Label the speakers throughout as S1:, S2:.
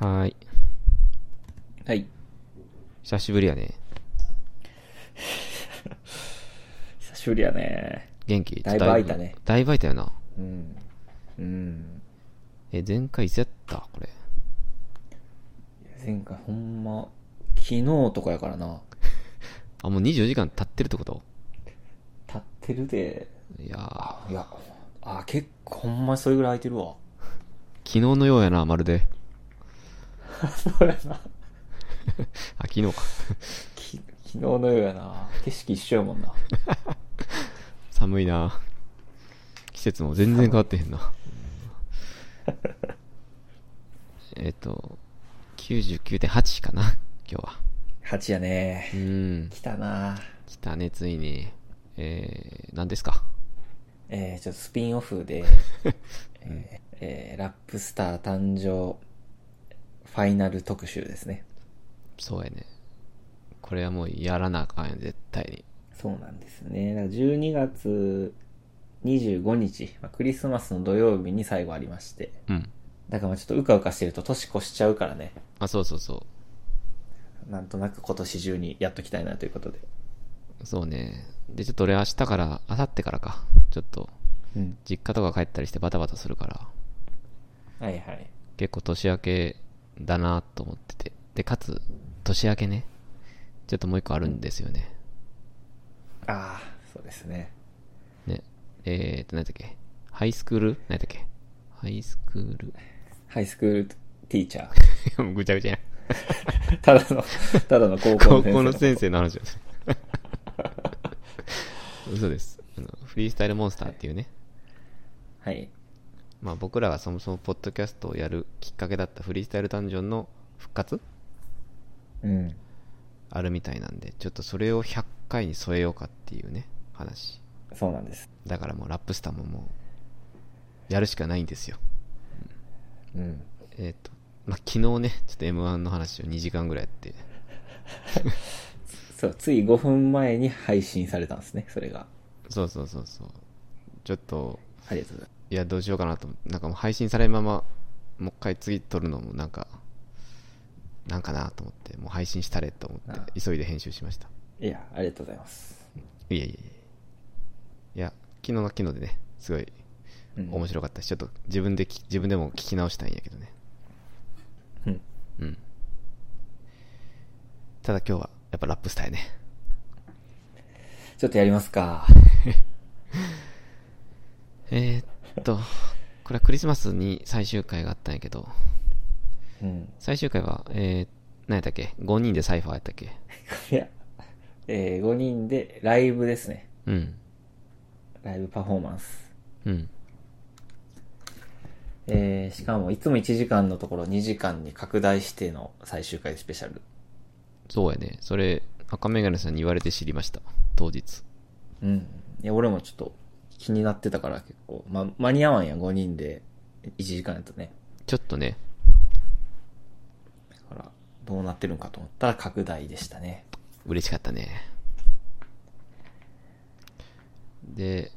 S1: はーい。
S2: はい。
S1: 久しぶりやね。
S2: 久しぶりやね。
S1: 元気
S2: だいぶ空いたね
S1: だいぶ空いたよな。
S2: うん。うん。
S1: え、前回いつやったこれ。
S2: 前回ほんま、昨日とかやからな。
S1: あ、もう24時間経ってるってこと
S2: 立ってるで。
S1: いやー、
S2: いや、あ、結構ほんまそれぐらい空いてるわ。
S1: 昨日のようやな、まるで。
S2: そうやな。
S1: あ、昨日か。
S2: き昨日のようやな。景色一緒やもんな。
S1: 寒いな。季節も全然変わってへん な。えっと、99.8かな、今日は。
S2: 8やね
S1: う。ん。
S2: 来たな。
S1: 来たね、ついに。えー、何ですか
S2: えー、ちょっとスピンオフ で、えーえーラップスター誕生、ファイナル特集ですね。
S1: そうやね。これはもうやらなあかんよ、絶対に。
S2: そうなんですね。だから12月25日、まあクリスマスの土曜日に最後ありまして。
S1: うん。
S2: だからまあちょっとうかうかしてると年越しちゃうからね。
S1: あ、そうそうそう。
S2: なんとなく今年中にやっときたいなということで。
S1: そうね。で、ちょっと俺明日から、明後日からか。ちょっと、
S2: うん。
S1: 実家とか帰ったりしてバタバタするから、
S2: はいはい。
S1: 結構年明けだなと思ってて。で、かつ、年明けね。ちょっともう一個あるんですよね。
S2: ああ、そうですね。
S1: ね。えーと、何だっけハイスクール何だっけハイスクール。
S2: ハイスクールティーチャ
S1: も うぐちゃぐちゃやん。
S2: ー。 ただの、ただの高校の
S1: 高
S2: 先生。
S1: 校の先生の話を。 嘘ですあの。フリースタイルモンスターっていうね。
S2: はい。
S1: まあ、僕らがそもそもポッドキャストをやるきっかけだったフリースタイルダンジョンの復活
S2: うん。
S1: あるみたいなんでちょっとそれを100回に添えようかっていうね話
S2: そうなんです。
S1: だからもうラップスターももうやるしかないんですよ
S2: うん。
S1: えっ、と、まあ、昨日ねちょっと m 1の話を2時間ぐらいやって
S2: そう、つい5分前に配信されたんですね、それが。
S1: そうそうそうそうちょっと
S2: ありがとうござい
S1: いやどうしようかなと思ってなんかもう配信されるままもう一回次撮るのもなんかなんかなと思ってもう配信したれと思
S2: あ
S1: って急いで編集しました
S2: ます。いや、ありがとうございます。
S1: いやいやいやいや昨日の昨日でねすごい
S2: うん
S1: 面白かったし、ちょっと自分でき自分でも聞き直したいんやけどね
S2: うん。
S1: うんただ今日はやっぱラップスターやね
S2: ちょっとやりますか。
S1: えー、っとこれはクリスマスに最終回があったんやけど
S2: うん。
S1: 最終回はえー、何やったっけ5人でサイファーやったっけ
S2: いや、えー、5人でライブですね。
S1: うん
S2: ライブパフォーマンス。
S1: うん
S2: えー、しかもいつも1時間のところ2時間に拡大しての最終回スペシャル。
S1: そうやねそれ赤眼鏡さんに言われて知りました当日
S2: うん。いや、俺もちょっと気になってたから結構。まあ、間に合わんやん、5人で1時間やとね。
S1: ちょっとね
S2: だから、どうなってるんかと思ったら拡大でしたね。
S1: 嬉しかったねで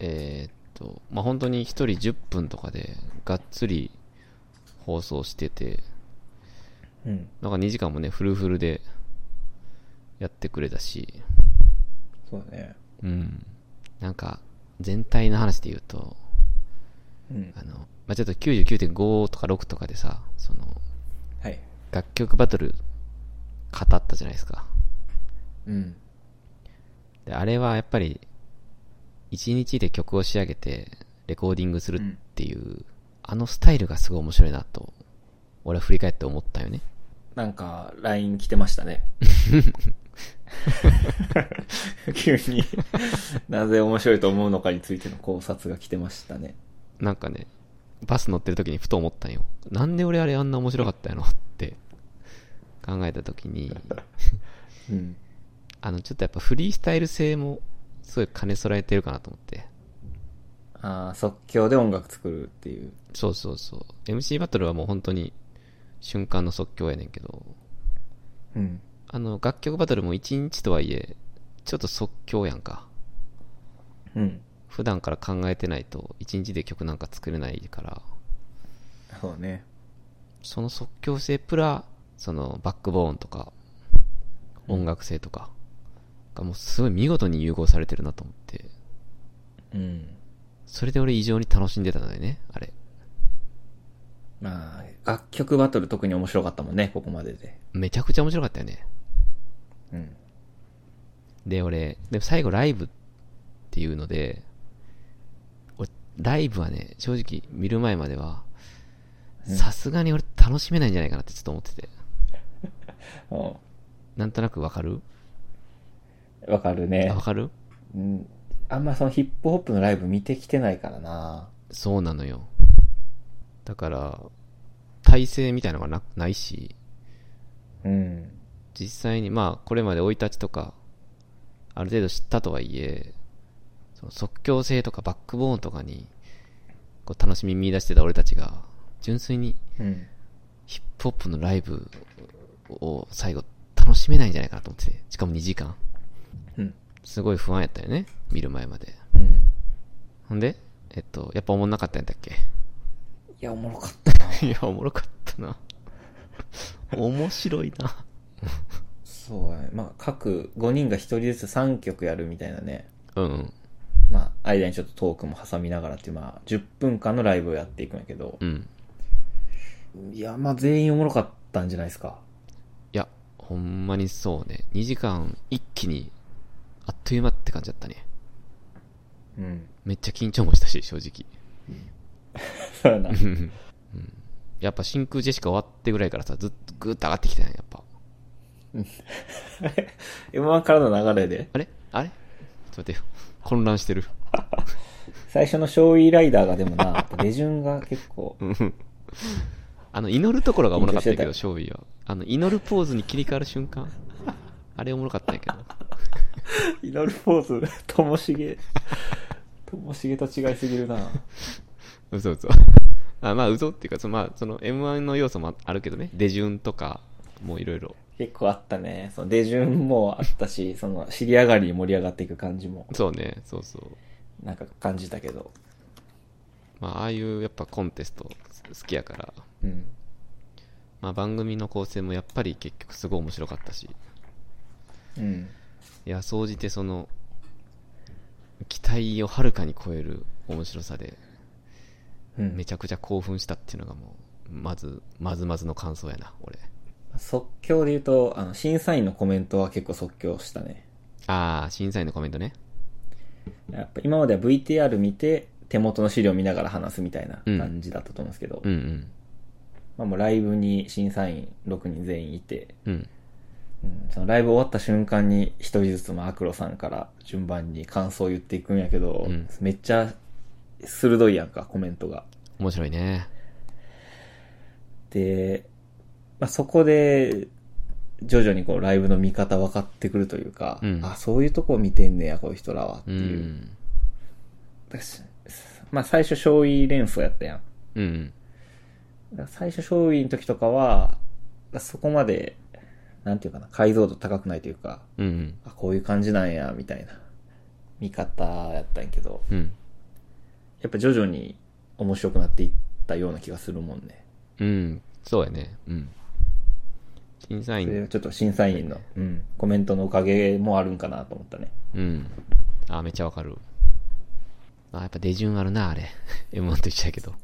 S1: えーっとまあ本当に1人10分とかでがっつり放送してて
S2: うん。
S1: なんか2時間もねフルフルでやってくれたし
S2: そうだね。
S1: うんなんか全体の話で言うと
S2: うん
S1: あ。の、まあ、ちょっと99.5とか6とかでさその
S2: はい。
S1: 楽曲バトル語ったじゃないですか
S2: うん。
S1: であれはやっぱり1日で曲を仕上げてレコーディングするっていう、あのスタイルがすごい面白いなと俺は振り返って思ったよね
S2: なんか、LINE 来てましたね。 急に、なぜ面白いと思うのかについての考察が来てましたね。
S1: なんかねバス乗ってる時にふと思ったんよなんで俺あれあんな面白かったんやろって考えた時に
S2: うん。
S1: あのちょっとやっぱフリースタイル性もすごい兼ね備えてるかなと思って
S2: ああ、即興で音楽作るっていう。
S1: そうそうそう MC バトルはもう本当に瞬間の即興やねんけど
S2: うん。
S1: あの楽曲バトルも1日とはいえちょっと即興やんか
S2: うん。
S1: 普段から考えてないと一日で曲なんか作れないから
S2: そうね。
S1: その即興性プラ、そのバックボーンとか、
S2: うん
S1: 音楽性とかがもうすごい見事に融合されてるなと思って、
S2: うん。
S1: それで俺異常に楽しんでたのでね、あれ。
S2: まあ、楽曲バトル特に面白かったもんね、ここまでで。
S1: めちゃくちゃ面白かったよね。
S2: うん。
S1: で、俺、でも最後ライブっていうので、俺、ライブはね、正直見る前までは、
S2: うん
S1: さすがに俺楽しめないんじゃないかなってちょっと思ってて。
S2: お
S1: なんとなくわかる
S2: わかるね
S1: あわ。かる
S2: うん。あんまそのヒップホップのライブ見てきてないからな。
S1: そうなのよ。だから、体制みたいなのがなないし、
S2: うん。
S1: 実際にまあこれまで生い立ちとかある程度知ったとはいえその即興性とかバックボーンとかにこう楽しみ見出してた俺たちが純粋に
S2: うん。
S1: ヒップホップのライブを最後楽しめないんじゃないかなと思っててしかも2時間
S2: うん。
S1: すごい不安やったよね見る前まで
S2: うん。
S1: ほんでえっとやっぱおもんなかったんやったっ
S2: いや、おもろかったな。
S1: け いやおもろかったな 面白いな
S2: そうやね。まあ、各5人が1人ずつ3曲やるみたいなね。
S1: うんうん
S2: まあ、間にちょっとトークも挟みながらっていう、まあ、10分間のライブをやっていくんやけど。
S1: うん
S2: いや、まあ、全員おもろかったんじゃないですか。
S1: いや、ほんまにそうね。2時間一気に、あっという間って感じだったね。
S2: うん。
S1: めっちゃ緊張もしたし、正 直。
S2: そうやな。
S1: うんやっぱ真空ジェシカ終わってぐらいからさ、ずっとぐーっと上がってきたね、やっぱ。
S2: M1 からの流れで。
S1: あれあれちょっと待ってよ。混乱してる。
S2: 最初の勝利ライダーがでもな、やっぱ出順が結構、
S1: あの、祈るところがおもろかったけど、
S2: 緊張し
S1: 勝利は。あの、祈るポーズに切り替わる瞬間。あれおもろかったんやけど。
S2: 祈るポーズ、ともしげ、ともしげと違いすぎるな。
S1: 嘘嘘。あまあ、嘘っていうか、その、まあ、その M1 の要素もあるけどね。出順とか、もういろいろ。
S2: 結構あったね。その出順もあったし、その、尻上がりに盛り上がっていく感じも、
S1: そうね、そうそう。
S2: なんか感じたけど。
S1: まあ、ああいうやっぱコンテスト好きやから、
S2: うん。
S1: まあ、番組の構成もやっぱり結局すごい面白かったし
S2: うん。
S1: いや総じてその期待をはるかに超える面白さで
S2: うん
S1: めちゃくちゃ興奮したっていうのがもうまずまずまずの感想やな俺
S2: 即興で言うと、あの、審査員のコメントは結構即興したね。
S1: ああ審査員のコメントね
S2: やっぱ今までは VTR 見て、手元の資料見ながら話すみたいな感じだったと思うんですけど、
S1: うんうん
S2: まあもうライブに審査員6人全員いて、
S1: うん
S2: うんそのライブ終わった瞬間に一人ずつまあアクロさんから順番に感想を言っていくんやけど、
S1: うん
S2: めっちゃ鋭いやんか、コメントが。
S1: 面白いね
S2: で、まあ、そこで、徐々にこうライブの見方分かってくるというか、
S1: うん
S2: あ、そういうとこ見てんねや、こういう人らはって
S1: う
S2: いう。
S1: ん
S2: 私まあ最初、勝利連想やったやん。
S1: うんうん
S2: だから最初、勝利の時とかは、そこまで、なんていうかな、解像度高くないというか、
S1: うんうん
S2: あ、こういう感じなんや、みたいな、見方やったんやけど、
S1: うん
S2: やっぱ徐々に面白くなっていったような気がするもんね。
S1: うんそうやねうん審査
S2: そ
S1: 員
S2: れはちょっと審査員の、うん、コメントのおかげもあるんかなと思ったね。
S1: うん。あ、めっちゃわかる。あ、やっぱ出順あるな、あれ。M1 と一緒やけど。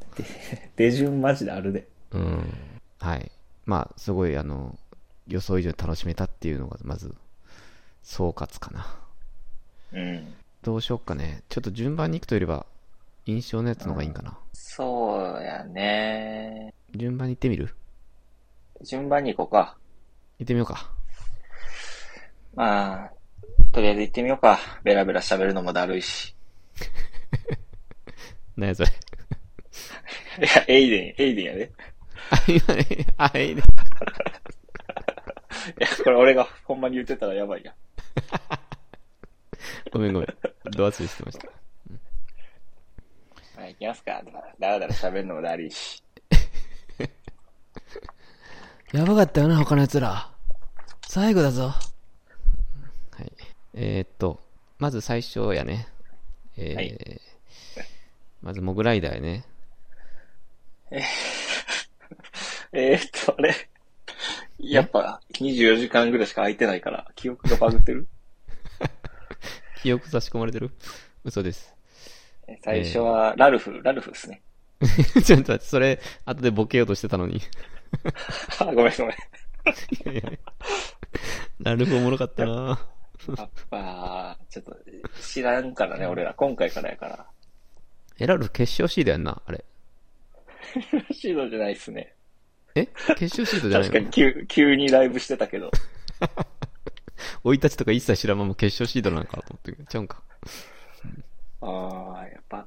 S2: 手順マジであるで。
S1: うん。はい。まあ、すごい、あの、予想以上に楽しめたっていうのが、まず、総括かな。
S2: うん。
S1: どうしよっかね。ちょっと順番に行くというよりは、印象のやつの方がいいんかな。
S3: そうやね。
S1: 順番に行ってみる
S3: 順番に行こうか。
S1: 行ってみようか。
S3: まあ、とりあえず行ってみようか。ベラベラ喋るのもだるいし。
S1: なやそれ。
S3: いや、エイデン、エイデンやで。
S1: あ、今ね、あ、いいね。
S3: いや、これ俺がほんまに言ってたらやばいや。
S1: ごめんごめん。ドアスしてました。
S3: はい、行きますか。だらだら喋るのもだるいし。
S1: やばかったよな、他の奴ら。最後だぞ。はい。えー、っと、まず最初やね。えー
S3: はい
S1: まずモグライダーやね。
S2: えーっと、あれ。やっぱ、24時間ぐらいしか空いてないから、記憶がバグってる。
S1: 記憶差し込まれてる嘘です。
S2: え最初は、ラルフ、ラルフで すね。
S1: ちょっと待って、それ、後でボケようとしてたの に。
S2: あごめんごめん。
S1: ラルフおもろかったな
S2: やっぱ、ちょっと、知らんからね、俺ら。今回からやから。
S1: え、ラルフ決勝シードやんな、あれ。
S2: シードじゃないっすね。
S1: え決勝シードじゃな
S2: 確か
S1: い
S2: に
S1: の
S2: 急、急にライブしてたけど。
S1: 生い立ちとか一切知らんまま決勝シードなんかなと思ってるちゃうんか。
S2: ああ、やっぱ、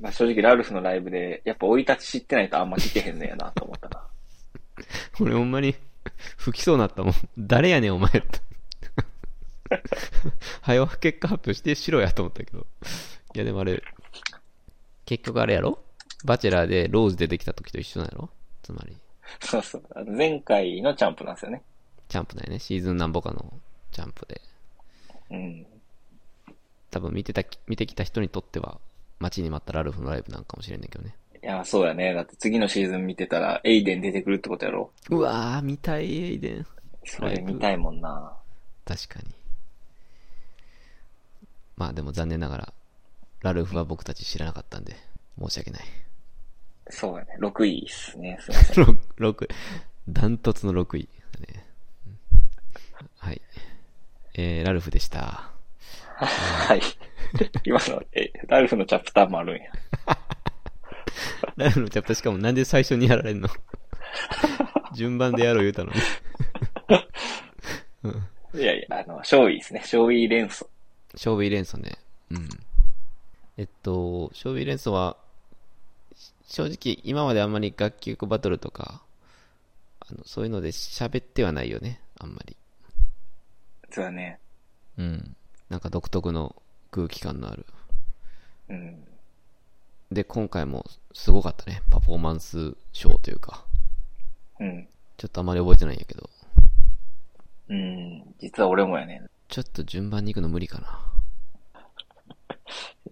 S2: まあ、正直ラルフのライブで、やっぱ生い立ち知ってないとあんま聞けへんねやなと思ったな。
S1: 俺ほんまに、 吹きそうなったもん。誰やねん、お前って。 はよ、結果発表してしろやと思ったけど。いや、でもあれ、結局あれやろバチェラーでローズ出てきた時と一緒なんやろつまり、
S2: そうそう。あの前回のチャンプなんですよね。
S1: チャンプだよね。シーズンなんぼかのジャンプで。
S2: うん。
S1: 多分見てた、見てきた人にとっては、待ちに待ったラルフのライブなんかもしれんねんけどね。
S2: いや、そうやね。だって次のシーズン見てたら、エイデン出てくるってことやろ。
S1: うわー、見たい、エイデン。
S2: それ見たいもんな。
S1: 確かに。まあでも残念ながら、ラルフは僕たち知らなかったんで、申し訳ない。
S2: そうやね。6位っすね。すいません。
S1: 6、六ダントツの6位だね。うんはい。えー、ラルフでした。
S2: はい。 今の、え、ラルフのチャプターもあるんや。
S1: ラルフのチャプターしかもなんで最初にやられんの 順番でやろう言うたのに。
S2: いやいや、あの、勝尉ですね。勝尉連想。
S1: ショービー・レンソンね。うん。えっと、ショービー・レンソンは、し正直今まであんまり楽曲バトルとか、あのそういうので喋ってはないよね、あんまり。
S2: そうだね。
S1: うん。なんか独特の空気感のある。
S2: うん。
S1: で、今回もすごかったね。パフォーマンスショーというか。
S2: うん。
S1: ちょっとあまり覚えてないんやけど。
S2: うん。実は俺もやね。
S1: ちょっと順番に行くの無理かな。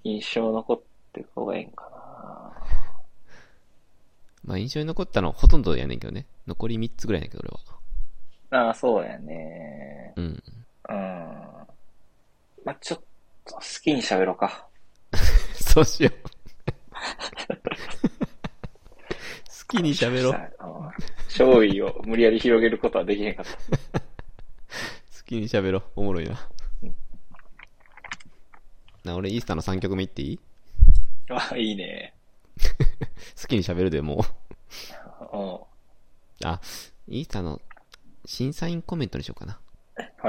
S2: 印象残ってる方がええんかな。
S1: まあ印象に残ったのはほとんどやねんけどね。残り3つぐらいやねんけど、俺は。
S2: ああ、そうやね。
S1: うん。
S2: うん。まあ、ちょっと好きに喋ろうか。
S1: そうしよう。好きに喋ろう。
S2: さあうん勝利を無理やり広げることはできへんかった。
S1: 好きに喋ろう。おもろいな。な、俺イースターの3曲目言っていい
S2: あいいね。
S1: 好きに喋るで、も
S2: うん。は
S1: う。あ、イースターの審査員コメントにしようかな。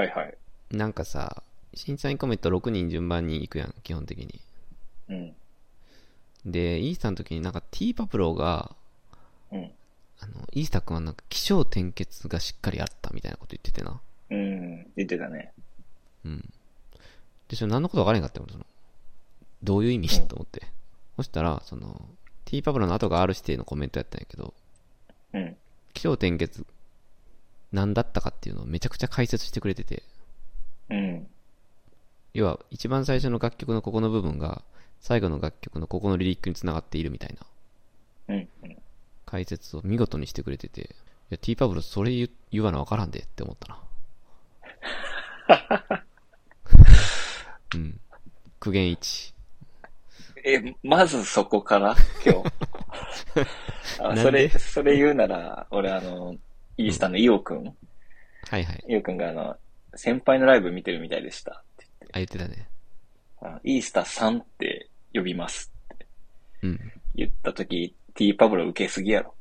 S2: いはい。
S1: なんかさ、審査員コメント6人順番に行くやん、基本的に。
S2: うん。
S1: で、イースターの時になんか T パプロが、
S2: うん。
S1: あの、イースター君はなんか気象転結がしっかりあったみたいなこと言っててな。
S2: うん。言ってたね。
S1: うん。で、それ何のこと分からへんかったよ、俺その。どういう意味、
S2: うん
S1: と思って。そしたら、その、T パブロの後が R 指定のコメントやったんやけど、
S2: うん。
S1: 気象転結、何だったかっていうのをめちゃくちゃ解説してくれてて、
S2: うん。
S1: 要は一番最初の楽曲のここの部分が、最後の楽曲のここのリリックにつながっているみたいな
S2: うん。
S1: 解説を見事にしてくれてて、いや、T パブロそれ言う言わな分からんでって思ったな。 うん。苦言一。
S2: え、まずそこから 今日。
S1: なん
S2: あ
S1: で
S2: それ、それ言うなら、俺あの、イースターのイオくん、
S1: はいはい。
S2: イオくんがあの、先輩のライブ見てるみたいでした。
S1: あ、言ってたね。
S2: あのイースターさんって呼びます。
S1: うん。
S2: 言ったとき、T パブロ受けすぎやろ。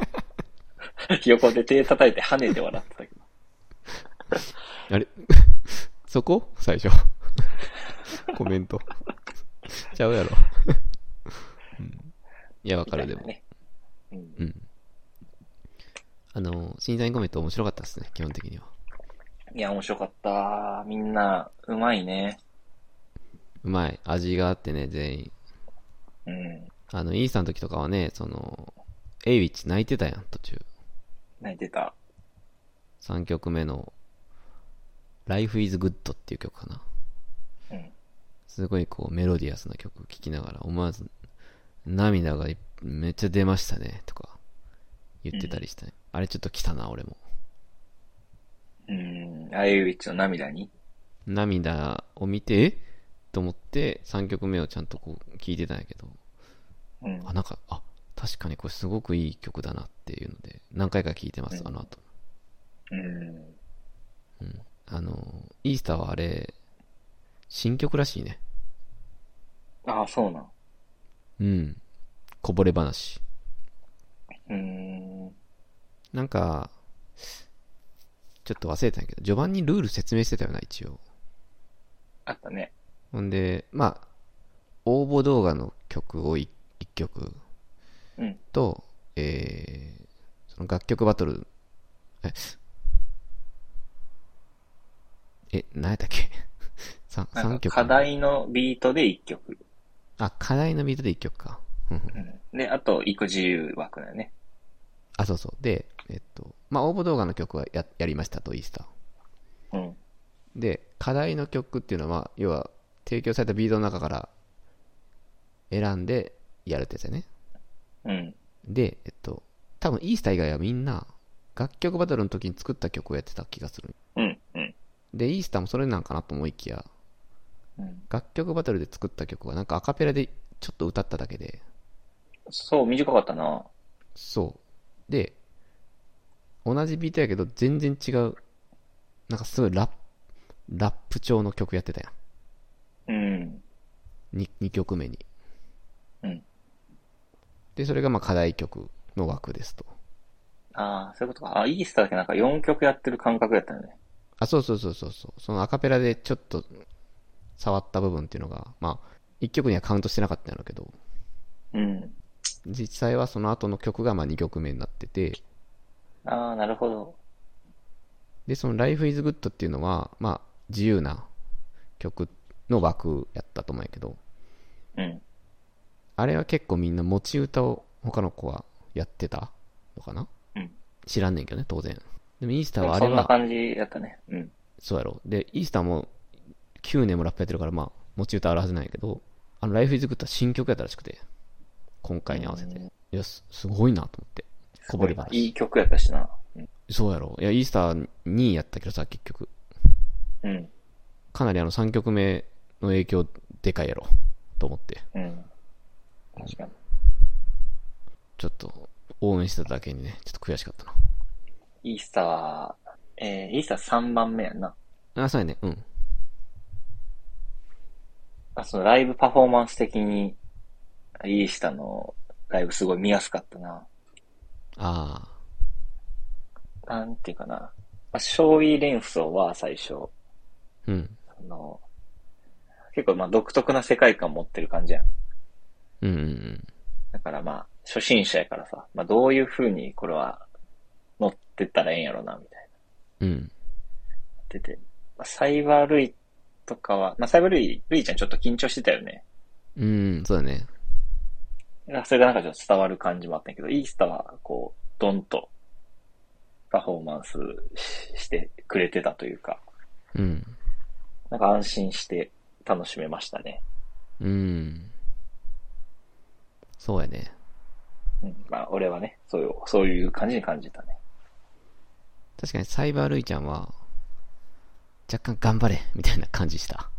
S2: 横で手叩いて跳ねて笑ってたけど。
S1: あれそこ最初。 コメント。ちゃうやろ。うんいや、わかる、で
S2: み
S1: も
S2: た。いなね。
S1: うん。あの、審査員コメント面白かったですね、基本的には。
S2: うん。いや、面白かった。みんな、うまいね。
S1: うまい。味があってね、全員。
S2: うん。
S1: あの、イーサンの時とかはね、その、エイウィッチ泣いてたやん、途中。
S2: 泣いてた。
S1: 3曲目の、Life is Good っていう曲かな。
S2: うん。
S1: すごいこうメロディアスな曲聴きながら思わず涙がいめっちゃ出ましたねとか言ってたりしたね。あれちょっと来たな、俺も。
S2: うん、アイウィッチの涙に。
S1: 涙を見て、えと思って3曲目をちゃんとこう聞いてたんやけど、
S2: うん
S1: あ、。なんか、あ、確かにこれすごくいい曲だなっていうので、何回か聞いてます、
S2: うん
S1: あの後。
S2: うん。
S1: うん。あの、イースターはあれ、新曲らしいね。
S2: ああ、そうなん。
S1: うん。こぼれ話。
S2: うん。
S1: なんか、ちょっと忘れたんやけど、序盤にルール説明してたよな、一応。
S2: あったね。
S1: ほんで、まあ、応募動画の曲を1曲
S2: うん。
S1: と、えー、その楽曲バトル、え、え、何やったっけ 三
S2: な
S1: 三
S2: んか
S1: 曲
S2: 課題のビートで1曲。
S1: あ、課題のビートで1曲か。 うんうん
S2: うん。で、あと、一個自由枠だよね。
S1: あ、そうそう。で、えっと、まあ、応募動画の曲はややりましたと、イースター。
S2: うん。
S1: で課題の曲っていうのは要は提供されたビートの中から選んでやるってやつだよね
S2: うん。
S1: でえっと多分イースター以外はみんな楽曲バトルの時に作った曲をやってた気がする
S2: うん。うん。
S1: でイースターもそれなんかなと思いきや
S2: うん、
S1: 楽曲バトルで作った曲はなんかアカペラでちょっと歌っただけで
S2: そう、短かったな。
S1: そうで同じビートやけど全然違うなんかすごいラップラップ調の曲やってたや
S2: うん。
S1: ん 2, 2曲目に
S2: うん。
S1: で、それがまあ課題曲の枠ですと。
S2: ああ、そういうことか。あ、イースターだけなんか4曲やってる感覚やったよね。
S1: あ、そうそうそうそうそう。そのアカペラでちょっと触った部分っていうのが、まあ、1曲にはカウントしてなかったんだけど、
S2: うん。
S1: 実際はその後の曲がまあ2曲目になってて、
S2: ああ、なるほど。
S1: で、その Life is Good っていうのは、まあ、自由な曲の枠やったと思うんやけど、
S2: うん。
S1: あれは結構みんな持ち歌を他の子はやってたのかな
S2: うん
S1: 知らんねんけどね、当然。でもイースターはあ
S2: そ
S1: れ
S2: んな
S1: は、
S2: 感じやったね。うん。
S1: そうやろ。で、イースターも9年もラップやってるから、まあ、持ち歌あるはずなんやけど、あの、Life is Good は新曲やったらしくて、今回に合わせて。
S2: うん
S1: いや、すすごいなと思って。こぼれ話。
S2: いい曲やったしな。
S1: そうやろ。いや、イースター2位やったけどさ、結局。
S2: うん。
S1: かなりあの3曲目の影響でかいやろ。と思って。
S2: うん。確かに。
S1: ちょっと、応援してただけにね、ちょっと悔しかった
S2: イースターは、えー、イースター3番目やんな。
S1: な。あ、そうやね。うん。
S2: あ、そのライブパフォーマンス的に、イースターのライブすごい見やすかったな。
S1: あ
S2: なんていうかな。まあ、勝利連想は最初、
S1: あ。うん。
S2: あの、結構まあ独特な世界観持ってる感じやん。
S1: うんうんうん。
S2: だからまあ、初心者やからさ、まあどういう風にこれは乗ってったらええんやろな、みたいな。
S1: うん。
S2: やってて。まあ、サイバールイとかは、まあサイバールイ、ルイちゃんちょっと緊張してたよね。
S1: うん、そうだね。
S2: それがなんかちょっと伝わる感じもあったんやけど、イースターはこう、ドンとパフォーマンスししてくれてたというか、
S1: うん。
S2: なんか安心して楽しめましたね。
S1: うん。そうやね。
S2: うん。まあ俺はね、そういう、そういう感じに感じたね。
S1: 確かにサイバールイちゃんは、若干頑張れ みたいな感じした。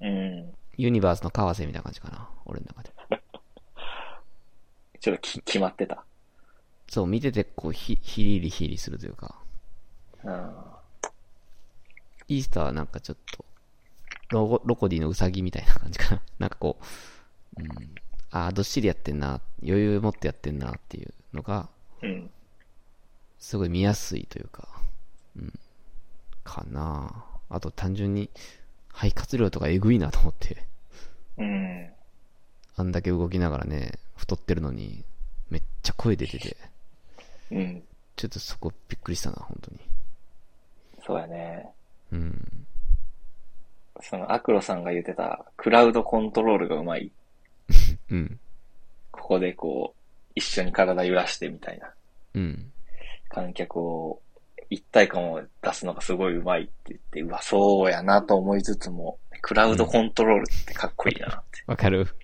S2: うん。
S1: ユニバースの河瀬みたいな感じかな、俺の中で。
S2: ちょっとき決まってた。
S1: そう、見てて、こう、ひ、ひりりひりするというか、
S2: うん。
S1: イースターはなんかちょっと、ロゴ、ロコディのウサギみたいな感じかな。 なんかこう、うん、ああ、どっしりやってんな、余裕持ってやってんなっていうのが、
S2: うん。
S1: すごい見やすいというか、うん、かなああと単純に、肺活量とかえぐいなと思って。
S2: うん。
S1: あんだけ動きながらね、太ってるのに、めっちゃ声出てて、
S2: うん。
S1: ちょっとそこびっくりしたな、本当に。
S2: そうやね。
S1: うん。
S2: その、アクロさんが言ってた、クラウドコントロールがうまい。
S1: うん。
S2: ここでこう、一緒に体揺らしてみたいな。
S1: うん。
S2: 観客を、一体感を出すのがすごいうまいって言って、うわ、そうやなと思いつつも、クラウドコントロールってかっこいいなって。
S1: わかる。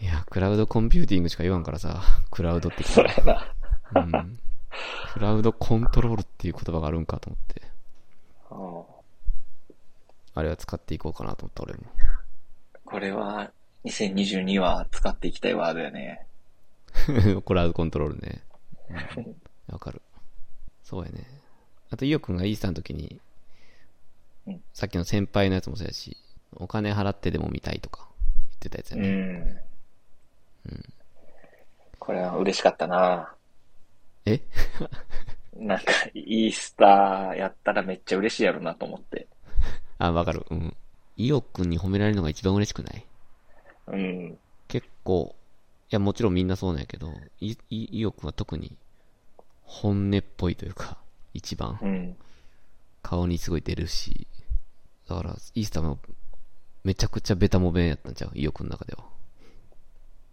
S1: いや、クラウドコンピューティングしか言わんからさ、クラウドって
S2: それな。
S1: うん。クラウドコントロールっていう言葉があるんかと思って、
S2: うん
S1: あれは使っていこうかなと思った俺も。
S2: これは、2022は使っていきたいワードやね。
S1: クラウドコントロール ね。わかる。そうやね。あと、イオくんがイースターの時に
S2: うん、
S1: さっきの先輩のやつもそうやし、お金払ってでも見たいとか言ってたやつやね。
S2: ん。これは嬉しかったな
S1: え
S2: なんか、イースターやったらめっちゃ嬉しいやろなと思って。
S1: あ、わかる。うん。イオくんに褒められるのが一番嬉しくない
S2: うん。
S1: 結構、いや、もちろんみんなそうなんやけど、い、い、意欲は特に、本音っぽいというか、一
S2: う
S1: 番、
S2: ん。
S1: 顔にすごい出るし、だから、イースターも、めちゃくちゃベタもべやったんちゃう意欲の中では。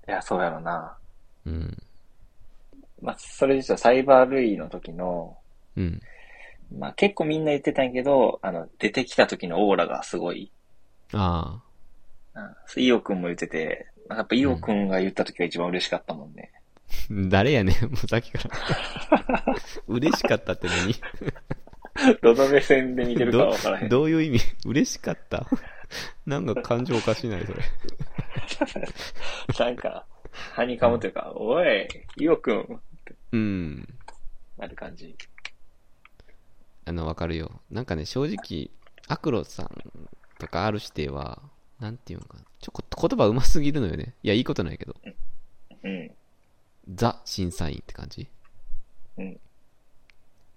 S2: いや、そうやろな
S1: うん。
S2: まあ、それ実はサイバールイの時の、
S1: うん。
S2: まあ結構みんな言ってたんやけど、あの、出てきた時のオーラがすごい。
S1: あ
S2: うん。イオくんも言ってて、なんかやっぱイオくんが言った時が一番嬉しかったもんね。
S1: あ。誰やねん、も うさっきから。 嬉しかったって
S2: どの目線で見て
S1: 何
S2: るかは分からへ
S1: ど
S2: ん。
S1: どういう意味 嬉しかった なんか感情おかしいない、それ。
S2: なんか、ハニカムというか、おい、イオくん、
S1: うん。
S2: なる感じ。
S1: あの、わかるよ。なんかね、正直、アクロさんとか R 指定は、なんていうのかな。ちょこ、言葉うますぎるのよね。いや、いいことないけど。
S2: うん。
S1: ザ審査員って感じ。
S2: うん。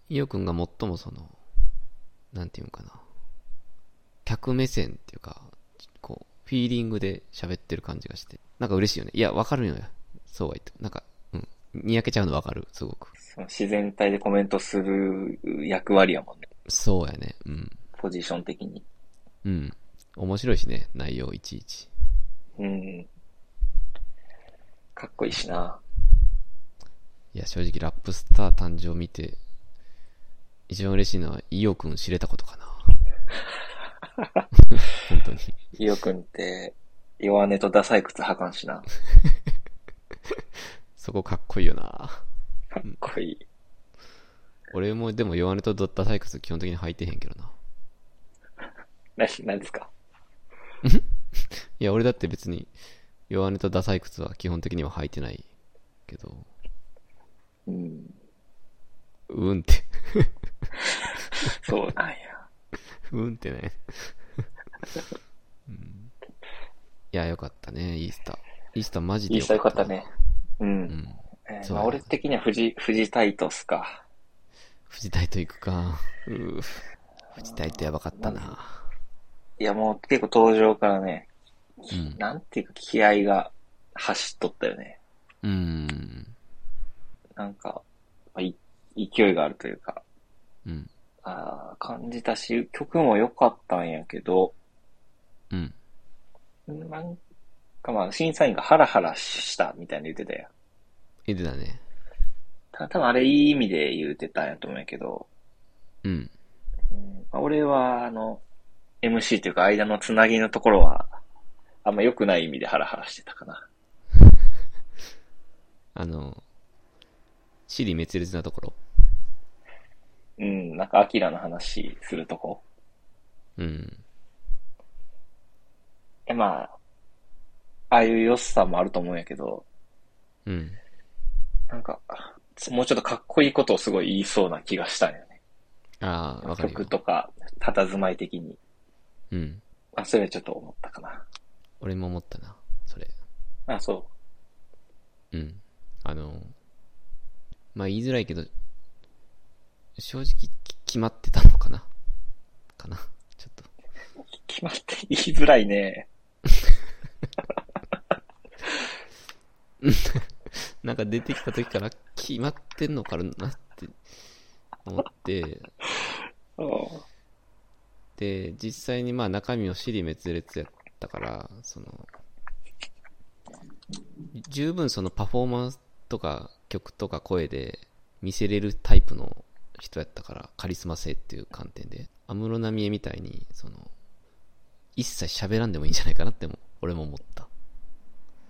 S1: イオくんが最もその、なんていうのかな。客目線っていうか、こう、フィーリングで喋ってる感じがして。なんか嬉しいよね。いや、わかるよね。そうは言っても。なんか、うん。にやけちゃうのわかる、すごく。
S2: その自然体でコメントする役割やもんね。
S1: そうやね。うん。
S2: ポジション的に。
S1: うん。面白いしね、内容いちいち。
S2: うん。かっこいいしな。
S1: いや、正直、ラップスター誕生見て、一番嬉しいのは、イオくん知れたこと かな。本当に。
S2: イオくんって、弱音とダサい靴履かんしな。
S1: そこかっこいいよな。
S2: かっこいい。
S1: 俺も、でも、弱音とドッタサイクス基本的に履いてへんけどな。
S2: な、なんですか
S1: いや、俺だって別に、弱音とダサい靴は基本的には履いてないけど、
S2: うん。
S1: うんって、
S2: そうなんや。
S1: うんってね。うんいや、よかったね、イースター。イースターマジで
S2: イースターよかったね。。う。
S1: うんん。
S2: えー
S1: そう
S2: まあ、俺的には富士、富士タイトスか。
S1: 富士タイト行くか。うー富士タイトやばかったな。
S2: いや、もう結構登場からね、
S1: うん。
S2: なんていうか気合が走っとったよね。
S1: うん。
S2: なんか、まあい勢いがあるというか、
S1: うん。
S2: あー感じたし、曲も良かったんやけど、
S1: うん。
S2: なんかまあ、審査員がハラハラしたみたいに言ってたやん。
S1: 言ってたね。
S2: た多分あれいい意味で言うてたんやと思うんやけど、
S1: うん。
S2: うんまあ俺はあの、MC というか間のつなぎのところは、あんま良くない意味でハラハラしてたかな。
S1: あの、シリ滅裂なところ。
S2: うん、なんかアキラの話するとこ。
S1: うん。
S2: え、まあ、ああいう良さもあると思うんやけど、
S1: うん。
S2: なんか、もうちょっとかっこいいことをすごい言いそうな気がしたんよね。
S1: ああ、わかるよ
S2: 曲。とか、佇まい的に。
S1: うん。
S2: あ、それはちょっと思ったかな。
S1: 俺も思ったな。それ。
S2: あ、そ
S1: うん。あの、まあ言いづらいけど、正直き決まってたのかなかな。 ちょっと。
S2: う。決まって言いづらいね。
S1: なんか出てきた時から決まってんのかなって思って、
S2: うん。
S1: で、実際にまあ中身を知り滅裂やったから、その、十分そのパフォーマンスとか曲とか声で見せれるタイプの人やったから、カリスマ性っていう観点で、安室奈美恵みたいに、その、一切喋らんでもいいんじゃないかなっても、俺も思った。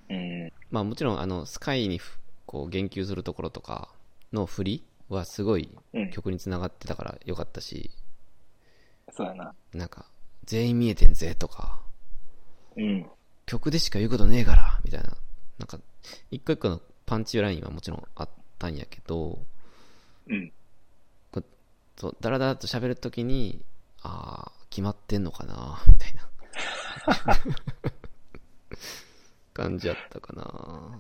S2: うん。
S1: まあもちろんあのスカイにふこう言及するところとかの振りはすごい
S2: うん。
S1: 曲につながってたから良かったし、
S2: そうやな。
S1: なんか全員見えてんぜとか、
S2: うん。
S1: 曲でしか言うことねえからみたいな、なんか一個一個のパンチラインはもちろんあったんやけど、
S2: うん。
S1: そうダラダラと喋るときに、ああ、決まってんのかなみたいな感じやったかな。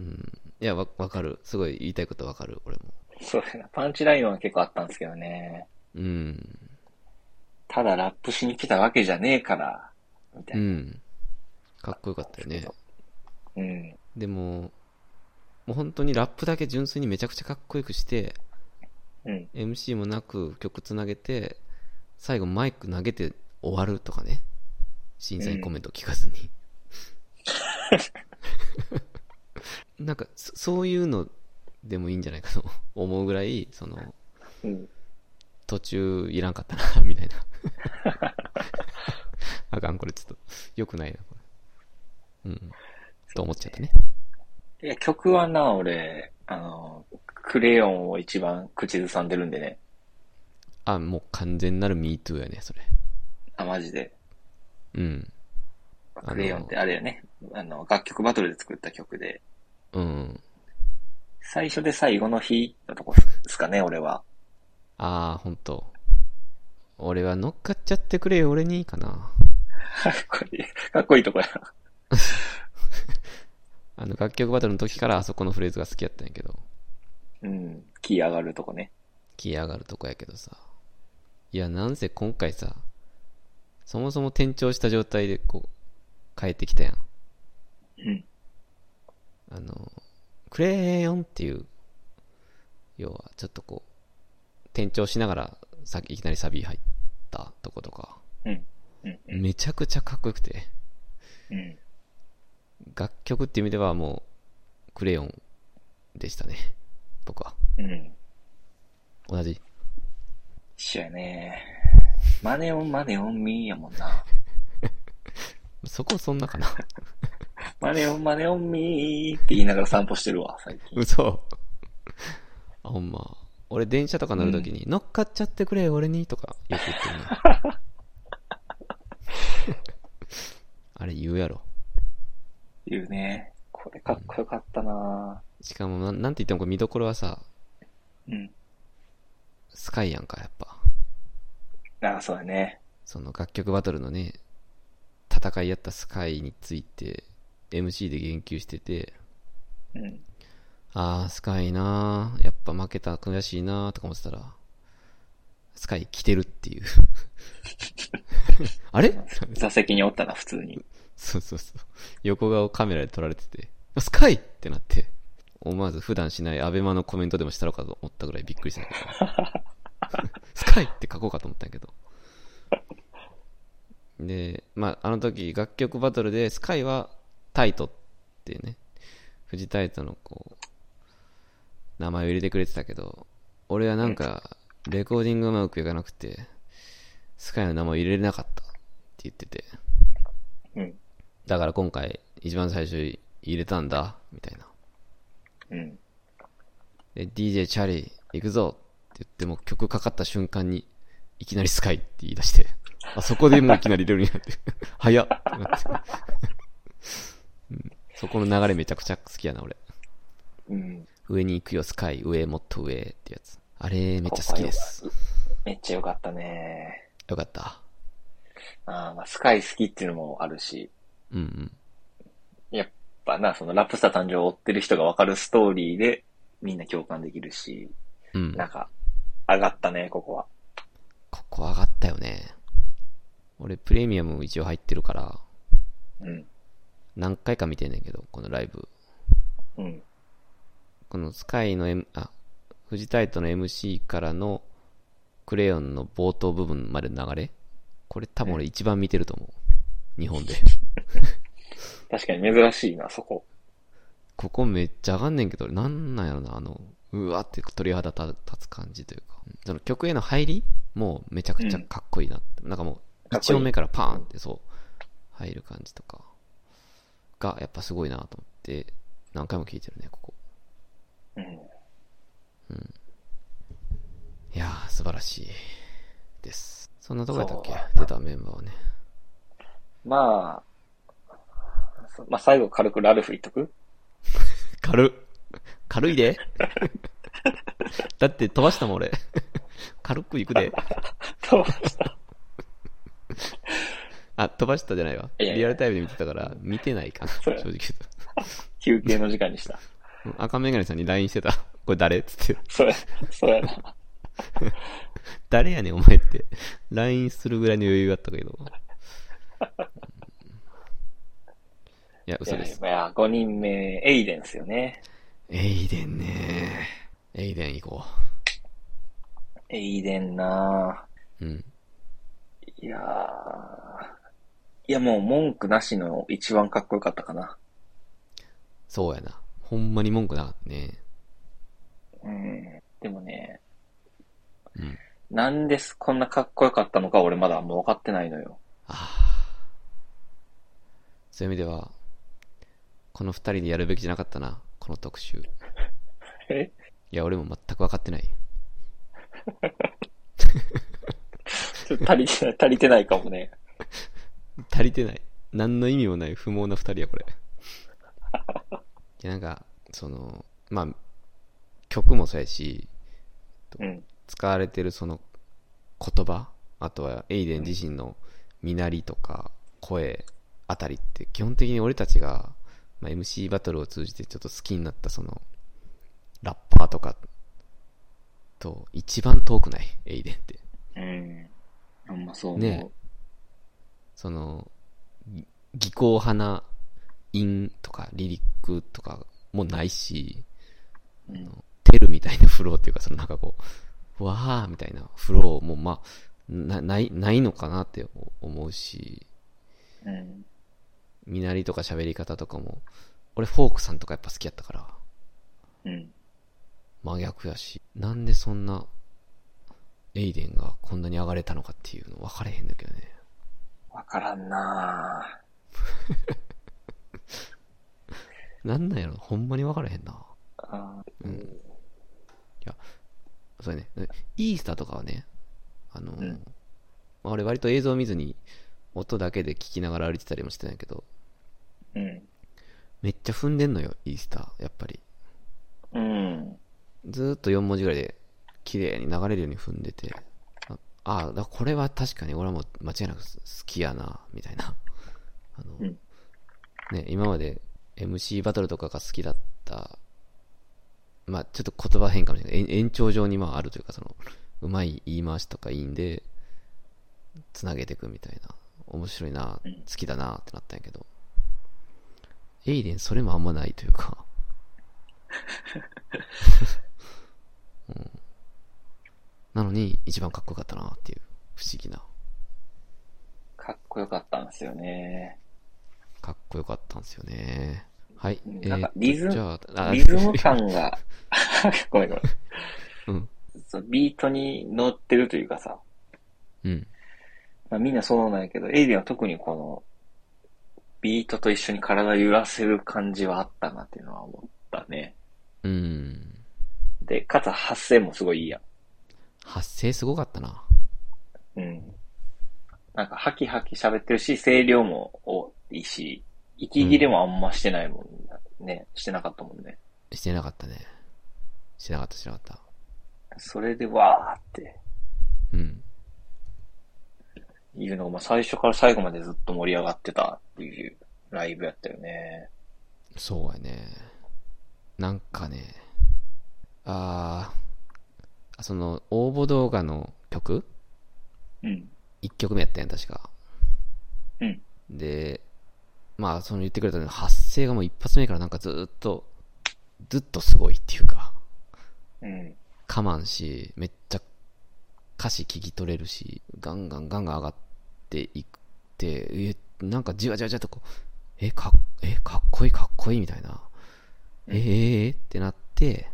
S1: うん、いやわわかるすごい言いたいことわかる俺も
S2: そうやな。パンチラインは結構あったんですけどね。
S1: うん
S2: ただラップしに来たわけじゃねえから、みた
S1: う
S2: いな。
S1: んかっこよかったよね
S2: うん。
S1: でも、もう本当にラップだけ純粋にめちゃくちゃかっこよくして、
S2: うん。
S1: MC もなく曲つなげて、最後マイク投げて終わるとかね。審査員コメント聞かずに。なんか、そそういうのでもいいんじゃないかと 思うぐらい、その、
S2: うん。
S1: 途中いらんかったな、みたいな。 あかん、これちょっと、良くないな、これ。うん。と思っちゃったね。
S2: いや、曲はな、俺、あの、クレヨンを一番口ずさんでるんでね。
S1: あ、もう完全なる MeToo やね、それ。
S2: あ、マジで。
S1: うん。の
S2: クレヨンってあれやね。あの、楽曲バトルで作った曲で。
S1: うん。
S2: 最初で最後の日のとこですかね、俺は。
S1: ああ、ほんと。俺は乗っかっちゃってくれよ、俺に、かな。
S2: かっこいい。かっこいいとこやな。
S1: あの、楽曲バトルの時からあそこのフレーズが好きやったんやけど、
S2: うん。キー上がるとこね。
S1: 気上がるとこやけどさ。いや、なんせ今回さ、そもそも転調した状態でこう、変えてきたやん。
S2: うん。
S1: あの、クレヨンっていう、要はちょっとこう、転調しながら、さっきいきなりサビ入ったとことか、
S2: うん。うん。うん。
S1: めちゃくちゃかっこよくて。
S2: うん。
S1: 楽曲っていう意味ではもう、クレヨンでしたね。僕は。
S2: うん。
S1: 同じ。
S2: 一緒やね。マネオンマネオンミーやもんな。
S1: そこそんなかな。
S2: マネオンマネオンミーって言いながら散歩してるわ、最近。
S1: 嘘。あ、ほんま。俺電車とか乗るときに、乗っかっちゃってくれよ、俺に、とかよく言ってるね。あれ言うやろ。
S2: 言うね。これかっこよかったな
S1: しかもな、なんて言ってもこれ見どころはさ、
S2: うん。
S1: スカイやんか、やっぱ。
S2: ああ、そうだね。
S1: その楽曲バトルのね、戦いやったスカイについて、MC で言及してて、
S2: うん。
S1: あー、スカイなー、やっぱ負けた、悔しいなーとか思ってたら、スカイ来てるっていう。 あれ
S2: 座席におったな、普通に。
S1: そうそうそう。横顔カメラで撮られてて、あスカイってなって、思わず普段しないアベマのコメントでもしたのかと思ったぐらいびっくりしたけど。 スカイって書こうかと思ったんやけど。で、まあ、あの時楽曲バトルでスカイはタイトっていうね、フジタイトのこう、名前を入れてくれてたけど、俺はなんか、レコーディングがうまくいかなくて、スカイの名前を入れれなかったって言ってて。
S2: うん。
S1: だから今回一番最初に入れたんだ、みたいな。
S2: うん。
S1: で、DJ チャリー行くぞって言っても曲かかった瞬間にいきなりスカイって言い出して、あそこでもういきなり入れるようになって、 早っってなって、うんそこの流れめちゃくちゃ好きやな、俺。
S2: うん。
S1: 上に行くよ、スカイ、上、もっと上ってやつ。あれ、めっちゃ好きです。
S2: めっちゃよかったね。
S1: よかった。
S2: ああ、まあ、スカイ好きっていうのもあるし、
S1: うんうん。
S2: やっぱな、そのラップスター誕生を追ってる人がわかるストーリーで、みんな共感できるし、
S1: うん。
S2: なんか、上がったね、ここは。
S1: ここ上がったよね。俺、プレミアム一応入ってるから、
S2: うん。
S1: 何回か見てんねんけど、このライブ。
S2: うん。
S1: このスカイの、M、あ、フジタイトの MC からのクレヨンの冒頭部分までの流れこれ多分俺一番見てると思う。日本で。
S2: 確かに珍しいな、そこ。
S1: ここめっちゃ上がんねんけど、なんなんやろな、あの、うわって鳥肌立つ感じというか。その曲への入りもうめちゃくちゃかっこいいなって。なんかもう、
S2: かっこいい
S1: 一音目からパーンってそう、入る感じとか。がやっぱすごいなと思って何回も聞いてるねここ
S2: うん。
S1: いやー素晴らしいですそんなとこやったっけ
S2: そうだ
S1: 出たメンバーはね
S2: まあ、そまあ最後軽くラルフ言っとく
S1: 軽っ軽い でだって飛ばしたもん俺軽くいくで
S2: 飛ばした。
S1: あ飛ばしたじゃないわ
S2: いやいや
S1: リアルタイムで見てたから見てない かな正
S2: う
S1: 直言うと
S2: 休憩の時間にした。
S1: うん赤メガネさんに LINE してたこれ誰っつって
S2: それ、そうやな。
S1: 誰やねんお前って LINE するぐらいの余裕があったけど いや嘘です
S2: いやいや、5人目、エイデンですよね。
S1: エイデンねエイデン行こ
S2: エイデンな
S1: ううん
S2: ぁ。いやーいやもう文句なしの一番かっこよかったかな。
S1: そうやなほんまに文句なかったね
S2: うん。でもね、
S1: うん
S2: なんですこんなかっこよかったのか俺まだあんま分かってないのよ。
S1: ああそういう意味ではこの二人でやるべきじゃなかったなこの特集
S2: え
S1: いや俺も全く分かってない
S2: ちょっと足りてない、足りてないかもね。
S1: 足りてない何の意味もない不毛な二人やこれいやなんかそのまあ曲もそうやし
S2: うん。
S1: 使われてるその言葉あとはエイデン自身の身なりとか声あたりって基本的に俺たちが、まあ、MC バトルを通じてちょっと好きになったそのラッパーとかと一番遠くないエイデンって
S2: うん。あんまそう思う。
S1: ねそのぎ技巧派な韻とかリリックとかもないし
S2: うん
S1: テルみたいなフローっていうか、そのなんかこう、わーみたいなフローもまあ、な、ない、ないのかなって思うし、
S2: うん。
S1: 身なりとか喋り方とかも、俺フォークさんとかやっぱ好きやったから、
S2: うん。
S1: 真逆やし、なんでそんな、エイデンがこんなに上がれたのかっていうの分かれへんだけどね。
S2: わからんな
S1: なんなんやろほんまに分かれへんな。
S2: ぁ。あー
S1: うんそうやね。イースターとかはね、あの、
S2: ん
S1: まあ俺割と映像を見ずに、音だけで聞きながら歩いてたりもしてたんやけど、
S2: うん。
S1: めっちゃ踏んでんのよ、イースター、やっぱり。
S2: うん。
S1: ずーっと4文字ぐらいで、綺麗に流れるように踏んでて、ああー、だこれは確かに俺はもう間違いなく好きやな、みたいな。あの、
S2: うん
S1: ね、今まで MC バトルとかが好きだった、まあちょっと言葉変かもしれない延延長上にまああるというか、その、うまい言い回しとかいいんで、つなげていくみたいな。面白いな、
S2: う
S1: 好
S2: ん
S1: きだなってなったんやけど、エイデンそれもあんまないというか、なのに一番かっこよかったなっていう、不思議な。
S2: かっこよかったんですよね。
S1: かっこよかったんですよね。はい。
S2: うん
S1: えー
S2: なんかリズム
S1: じゃあ、あ
S2: リズム感が、ごめんごめん。
S1: うん。
S2: そうビートに乗ってるというかさ、
S1: うん。
S2: まあ、みんなそうなんやけど、エイデンは特にこの、ビートと一緒に体揺らせる感じはあったなっていうのは思ったね。
S1: うん。
S2: で、かつ発声もすごいいいや
S1: 発声すごかったな。
S2: ん。うん。なんか、ハキハキ喋ってるし、声量も多いし、息切れもあんましてないもんね。してなかったもんね。
S1: してなかったね。してなかった、してなかった。
S2: それでわーって
S1: うん。
S2: いうのが、まあ、最初から最後までずっと盛り上がってたっていうライブやったよね。
S1: そうやね。なんかね、あーあ、その、応募動画の曲
S2: うん。
S1: 1曲目やったやん、確か。
S2: うん。
S1: で、まあ、その言ってくれたの発声がもう一発目からなんかずーっと、ずっとすごいっていうか。
S2: うん。
S1: 我慢し、めっちゃ歌詞聞き取れるし、ガンガンガンガン上がっていって、え、なんかじわじわじわっとこう、え、かっ、え、かっこいいかっこいいみたいな、
S2: うん
S1: えええってなって、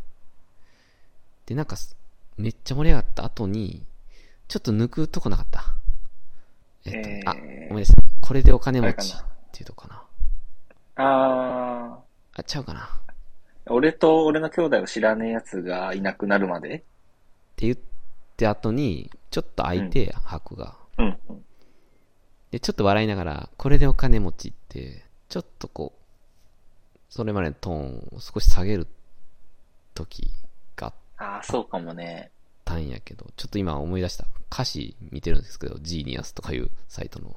S1: で、なんかす、めっちゃ盛り上がった後に、ちょっと抜くとこなかった。えっとね、あ、
S2: えー
S1: ごめんなさい。これでお金持ちっていうとこかな。
S2: あ
S1: あ、ちゃうかな。っ
S2: ー、俺と俺の兄弟を知らねえ奴がいなくなるまで。
S1: て言って後に、ちょっと空いて、箱が。
S2: うん、うん。
S1: で、ちょっと笑いながら、これでお金持ちって、ちょっとこう、それまでのトーンを少し下げる時があっ
S2: ああ、そうかもね。
S1: たんやけど、ちょっと今思い出した。歌詞見てるんですけど、ジーニアスとかいうサイトの。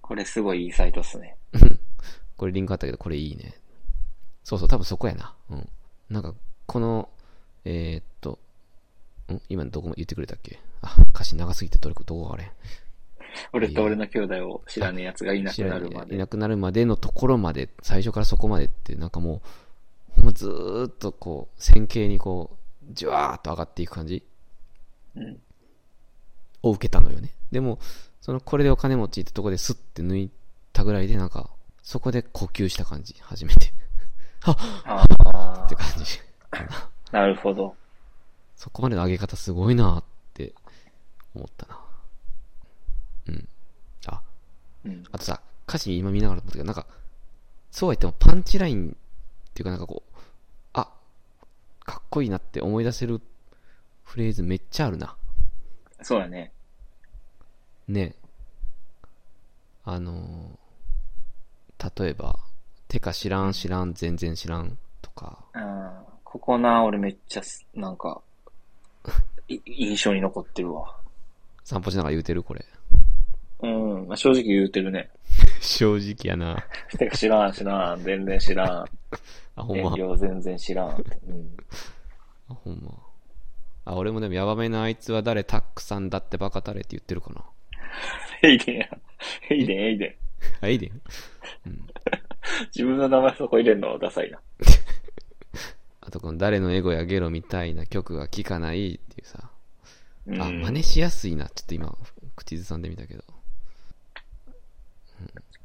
S2: これすごいいいサイトっすね。
S1: これリンクあったけど、これいいね。そうそう、多分そこやな。うん。なんか、この、えーっと、ん今どこも言ってくれたっけあ、歌詞長すぎてどれどこがあれ
S2: 俺と俺の兄弟を知らねえ奴がいなくなるま
S1: い
S2: で。
S1: なくなるまでのところまで、最初からそこまでって、なんかもう、ほんまずーっとこう、線形にこう、じわーっと上がっていく感じ
S2: うん。
S1: を受けたのよね。でも、その、これでお金持ちってとこでスッて抜いたぐらいで、なんか、そこで呼吸した感じ、初めて。
S2: ああ
S1: って、感じ。
S2: なるほど。
S1: そこまでの上げ方すごいなって思ったな。うん。あ、
S2: うん。
S1: あとさ、歌詞今見ながら思ったけど、なんか、そうは言ってもパンチラインっていうかなんかこう、あ、かっこいいなって思い出せるフレーズめっちゃあるな。
S2: そうだね。
S1: ねえあのー例えば、てか知らん知らん全然知らんとか、
S2: あーここな、俺めっちゃす、なんか、い印象に残ってるわ。
S1: 散歩しながら言うてるこれ。
S2: うん、まあ正直言うてるね。
S1: 正直やな。
S2: てか知らん、知らん、全然知らん。
S1: あ、ほん
S2: 営
S1: ま。
S2: 業全然知らん。うん。
S1: あ、ほんま。あ、俺もでもヤバめなあいつは誰タックさんだってバカタレって言ってるかな。
S2: ヘイデンや。ヘイデン、ヘイデ
S1: あ、いいで。うん。
S2: ン。自分の名前そこ入れるのはダサいな。
S1: あとこの誰のエゴやゲロみたいな曲が聴かないっていうさ。
S2: うん、
S1: あ、真似しやすいな。ちょっと今、口ずさんでみたけど。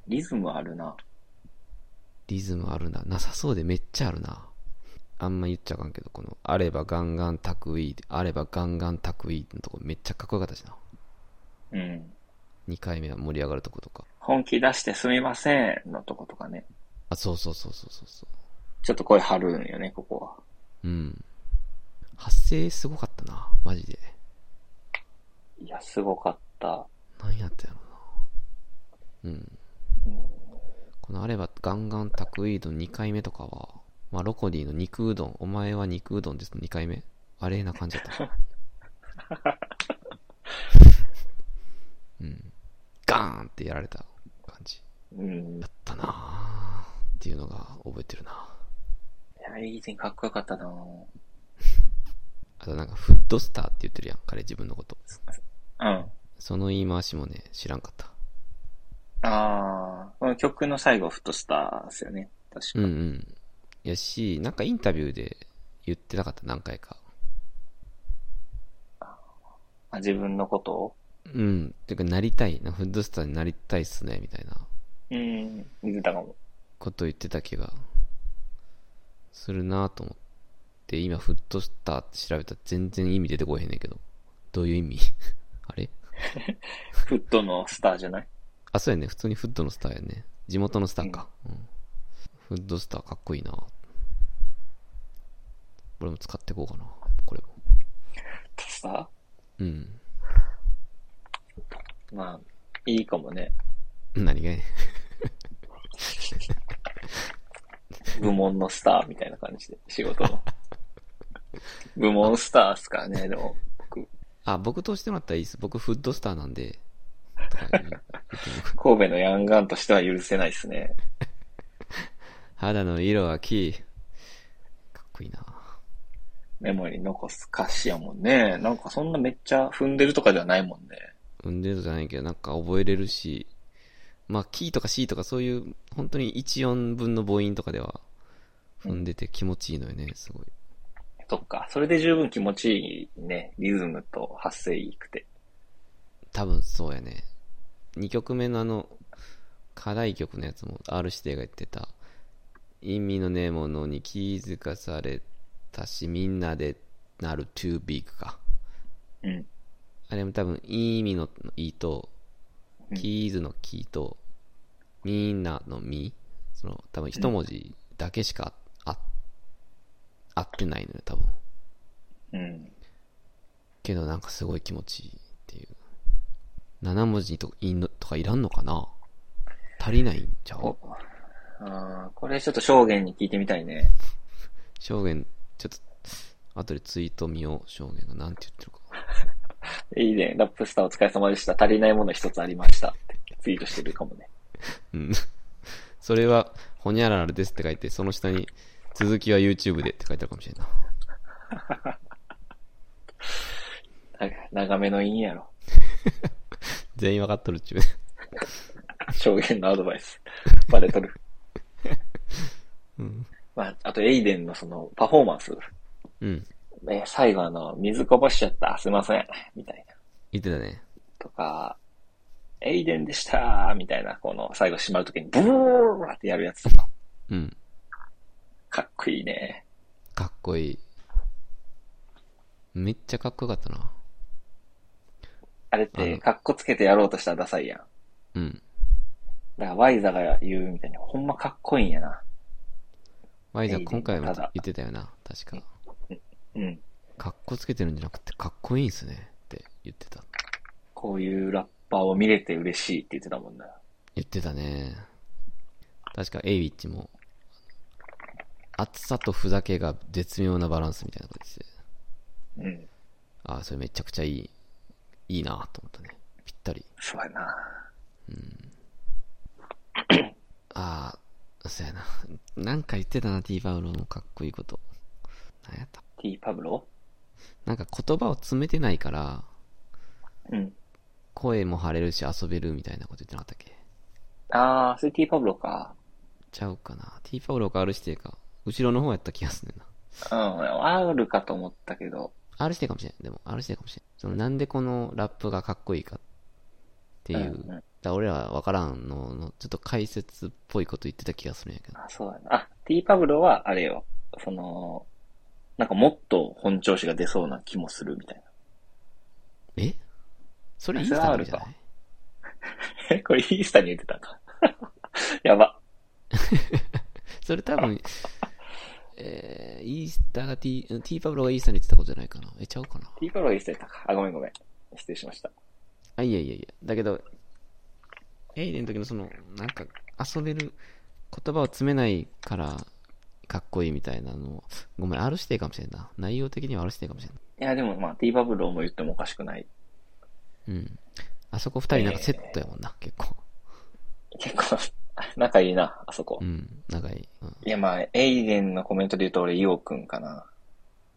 S2: リズムあるな。
S1: リズムあるな。なさそうでめっちゃあるな。あんま言っちゃあかんけど、この、あればガンガンタクイあればガンガンタクイのとこめっちゃかっこよかったしな。
S2: うん。
S1: 2回目は盛り上がるとことか。
S2: 本気出してすみませんのとことかね。
S1: あ、そうそうそうそうそうそう。
S2: ちょっと声張るんよね、ここは。
S1: うん。発声すごかったな。マジで。
S2: いや、すごかった。
S1: 何やったんやろなうんこのあればガンガンタクイード2回目とかは、まあ、ロコディの肉うどんお前は肉うどんですの2回目あれな感じだったなうんガーンってやられた感じ
S2: うん。い
S1: だったなあっていうのが覚えてるな
S2: や、いい点かっこよかったな
S1: あとなんかフッドスターって言ってるやん彼自分のこと
S2: うん。
S1: その言い回しもね知らんかった
S2: あー、この曲の最後、フットスターですよね。確か。
S1: うんうん。やし、なんかインタビューで言ってなかった、何回か。
S2: あ自分のことを。
S1: うん。ていうか、なりたい。なフッドスターになりたいっすね、みたいな
S2: うん。見てたかも。
S1: ことを言ってた気がするなと思って、今、フッドスターって調べたら全然意味出てこへんねんけど。どういう意味 あれ
S2: フットのスターじゃない
S1: あ、そうやね。普通にフッドのスターやね。地元のスターか。うん。フッドスターかっこいいな俺も使っていこうかな。やっぱこれも。
S2: フットスター
S1: うん。
S2: まあ、いいかもね。
S1: 何がやねん。
S2: 部門のスターみたいな感じで、仕 事の。部門スターっすからね、でも、僕、
S1: あ、僕としてもらったらいいです。僕、フッドスターなんで。とか言う
S2: 神戸のヤンガンとしては許せないっすね。
S1: 肌の色は黄。かっこいいな。
S2: メモに残す歌詞やもんね。なんかそんなめっちゃ踏んでるとかではないもんね。
S1: 産んでるじゃないけど、なんか覚えれるし、まあ、キーとか C とかそういう、本当に1、4分の母音とかでは、踏んでて気持ちいいのよね、すごい。
S2: そっか。それで十分気持ちいいね。リズムと発声いいくて。
S1: 多分そうやね。2曲目のあの、課題曲のやつも R 指定が言ってた。意味のねえものに気づかされたし、みんなでなる to big か。
S2: うん。
S1: あれも多分、いい意味のいいと
S2: う、ん
S1: キーズのキーと、みんなのみ、その、多分一文字だけしかあ、あ合ってないのよ、多分。
S2: うん。
S1: けどなんかすごい気持ちいいっていう。7文字といんのとかいらんのかな足りないんちゃう
S2: こあーこれちょっと証言に聞いてみたいね。
S1: 証言、ちょっと、後でツイート見よう、証言がなんて言ってるか。
S2: いいね。ラップスターお疲れ様でした。足りないもの一つありました。ってツイートしてるかもね。
S1: うん。 それは、ほにゃららですって書いて、その下に、続きは YouTube でって書いてあるかもしれんない。
S2: な長めのいいんやろ。
S1: 全員わかっとるっちゅう。
S2: 証言のアドバイス。 バレとる。
S1: うん。
S2: まあ、あとエイデンのそのパフォーマンス。
S1: うん。
S2: えー最後あの、水こぼしちゃった。すいません。みたいな。
S1: 言ってたね。
S2: とか、エイデンでしたみたいな、この最後閉まるときにブーってやるやつとか。
S1: うん。
S2: かっこいいね。
S1: かっこいい。めっちゃかっこよかったな。
S2: あれっ
S1: う
S2: て、
S1: ん
S2: かっこつけてやろうとしたらダサいやん。だ
S1: うん。
S2: から、ワイザが言うみたいに、ほんまかっこいいんやな。
S1: ワイザ
S2: いい
S1: ー
S2: ね
S1: 今回も
S2: ただ
S1: 言ってたよな、確か。
S2: うん。
S1: かっこつけてるんじゃなくて、かっこいいんすねって言ってた。
S2: こういうラッパーを見れて嬉しいって言ってたもんな。
S1: 言ってたね。確か、エイウィッチも、熱さとふざけが絶妙なバランスみたいな感じで。
S2: うん。
S1: ああ、それめちゃくちゃいい、いいなと思ったね。ぴったり。
S2: そうやな。
S1: ああ、そうやな。なんか言ってたな、ティーパウロのかっこいいこと。なんやった
S2: T パブロ
S1: なんか言葉を詰めてないから、
S2: うん。
S1: 声も張れるし遊べるみたいなこと言ってなかったっけ
S2: あー、それ T パブロか。
S1: ちゃうかな。ティーパウロか R 指定か。後ろの方やった気がするねんな。
S2: うん、あるかと思ったけど。
S1: R 指定かもしれん。でも、R 指定かもしれん。その、なんでこのラップがかっこいいかっていう。
S2: うんうん
S1: だから俺らはわからんのの、ちょっと解説っぽいこと言ってた気がするんやけど。
S2: あ、そうやな。あ、T パブロは、あれよ。その、なんかもっと本調子が出そうな気もするみたい
S1: えそれイン
S2: そ
S1: ス
S2: れは
S1: タ
S2: あ
S1: あ
S2: る
S1: る
S2: か
S1: じゃない
S2: な。 これイースタに言ってたんか。 やば。
S1: それ多分、えー、イースターが T、うん T パブロがイースターに言ってたことじゃないかな。え、ちゃうかな。
S2: T パブロがイースタに言ってたか。あ、ごめんごめん。失礼しました。
S1: あ、いやいやいや。だけど、エイデンの時のその、なんか、遊べる、言葉を詰めないから、かっこいいみたいなのを、ごめん、R 指定かもしれんな。内容的には R 指定かもしれん
S2: いや、でもまあ、T パブロも言ってもおかしくない。
S1: な。うん。あそこ二人なんかセットやもんな、結構。
S2: 結構、 仲いいな、あそこ。
S1: うん、仲いい。うん、
S2: いや、まあ、エイデンのコメントで言うと俺、イオくんかな。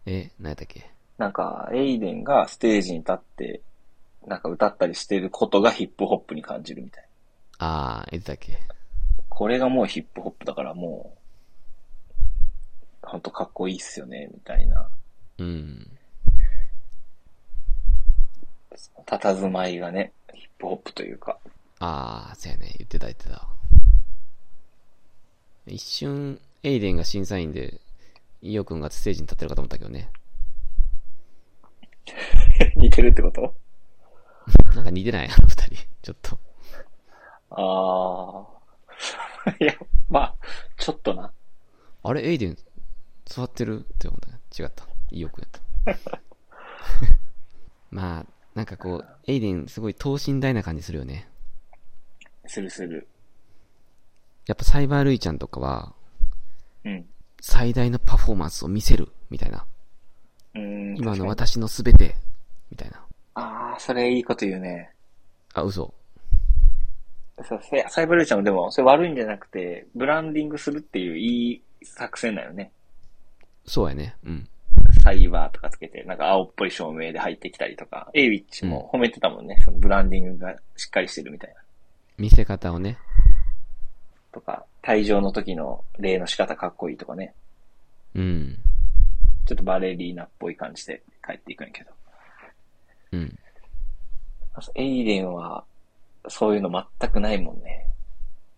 S1: え、何やったっけ
S2: なんか、エイデンがステージに立って、なんか歌ったりしてることがヒップホップに感じるみたいな。
S1: あー、言ってたっけ
S2: これがもうヒップホップだからもう、ほんとかっこいいっすよね、みたいな。
S1: うん。
S2: 佇まいがね、ヒップホップというか。
S1: ああ、そうやね。言ってた言ってた。一瞬、エイデンが審査員で、イオくんがステージに立ってるかと思ったけどね。
S2: 似てるってこと
S1: なんか似てないあの二人。ちょっと。
S2: あー。いや、まあ、ちょっとな。
S1: あれ、エイデン、座ってるって思ったね。違った。イオくんやった。 まあ、なんかこう、エイデン、すごい等身大な感じするよね。
S2: するする。
S1: やっぱサイバールイちゃんとかは、
S2: うん。
S1: 最大のパフォーマンスを見せる、みたいな。
S2: うーん
S1: 今の。
S2: 確かに
S1: 私のすべて、みたいな。
S2: あー、それいいこと言うね。
S1: あ、嘘。
S2: そう、せサイバルちゃんもでも、それ悪いんじゃなくて、ブランディングするっていういい作戦だよね。
S1: そうやね。うん。
S2: サイバーとかつけて、なんか青っぽい照明で入ってきたりとか、エイウィッチも褒めてたもんね。そのブランディングがしっかりしてるみたいな。
S1: 見せ方をね。
S2: とか、退場の時の礼の仕方かっこいいとかね。
S1: うん。
S2: ちょっとバレリーナっぽい感じで帰っていくんやけど。
S1: うん。
S2: エイデンは、そういうの全くないもんね。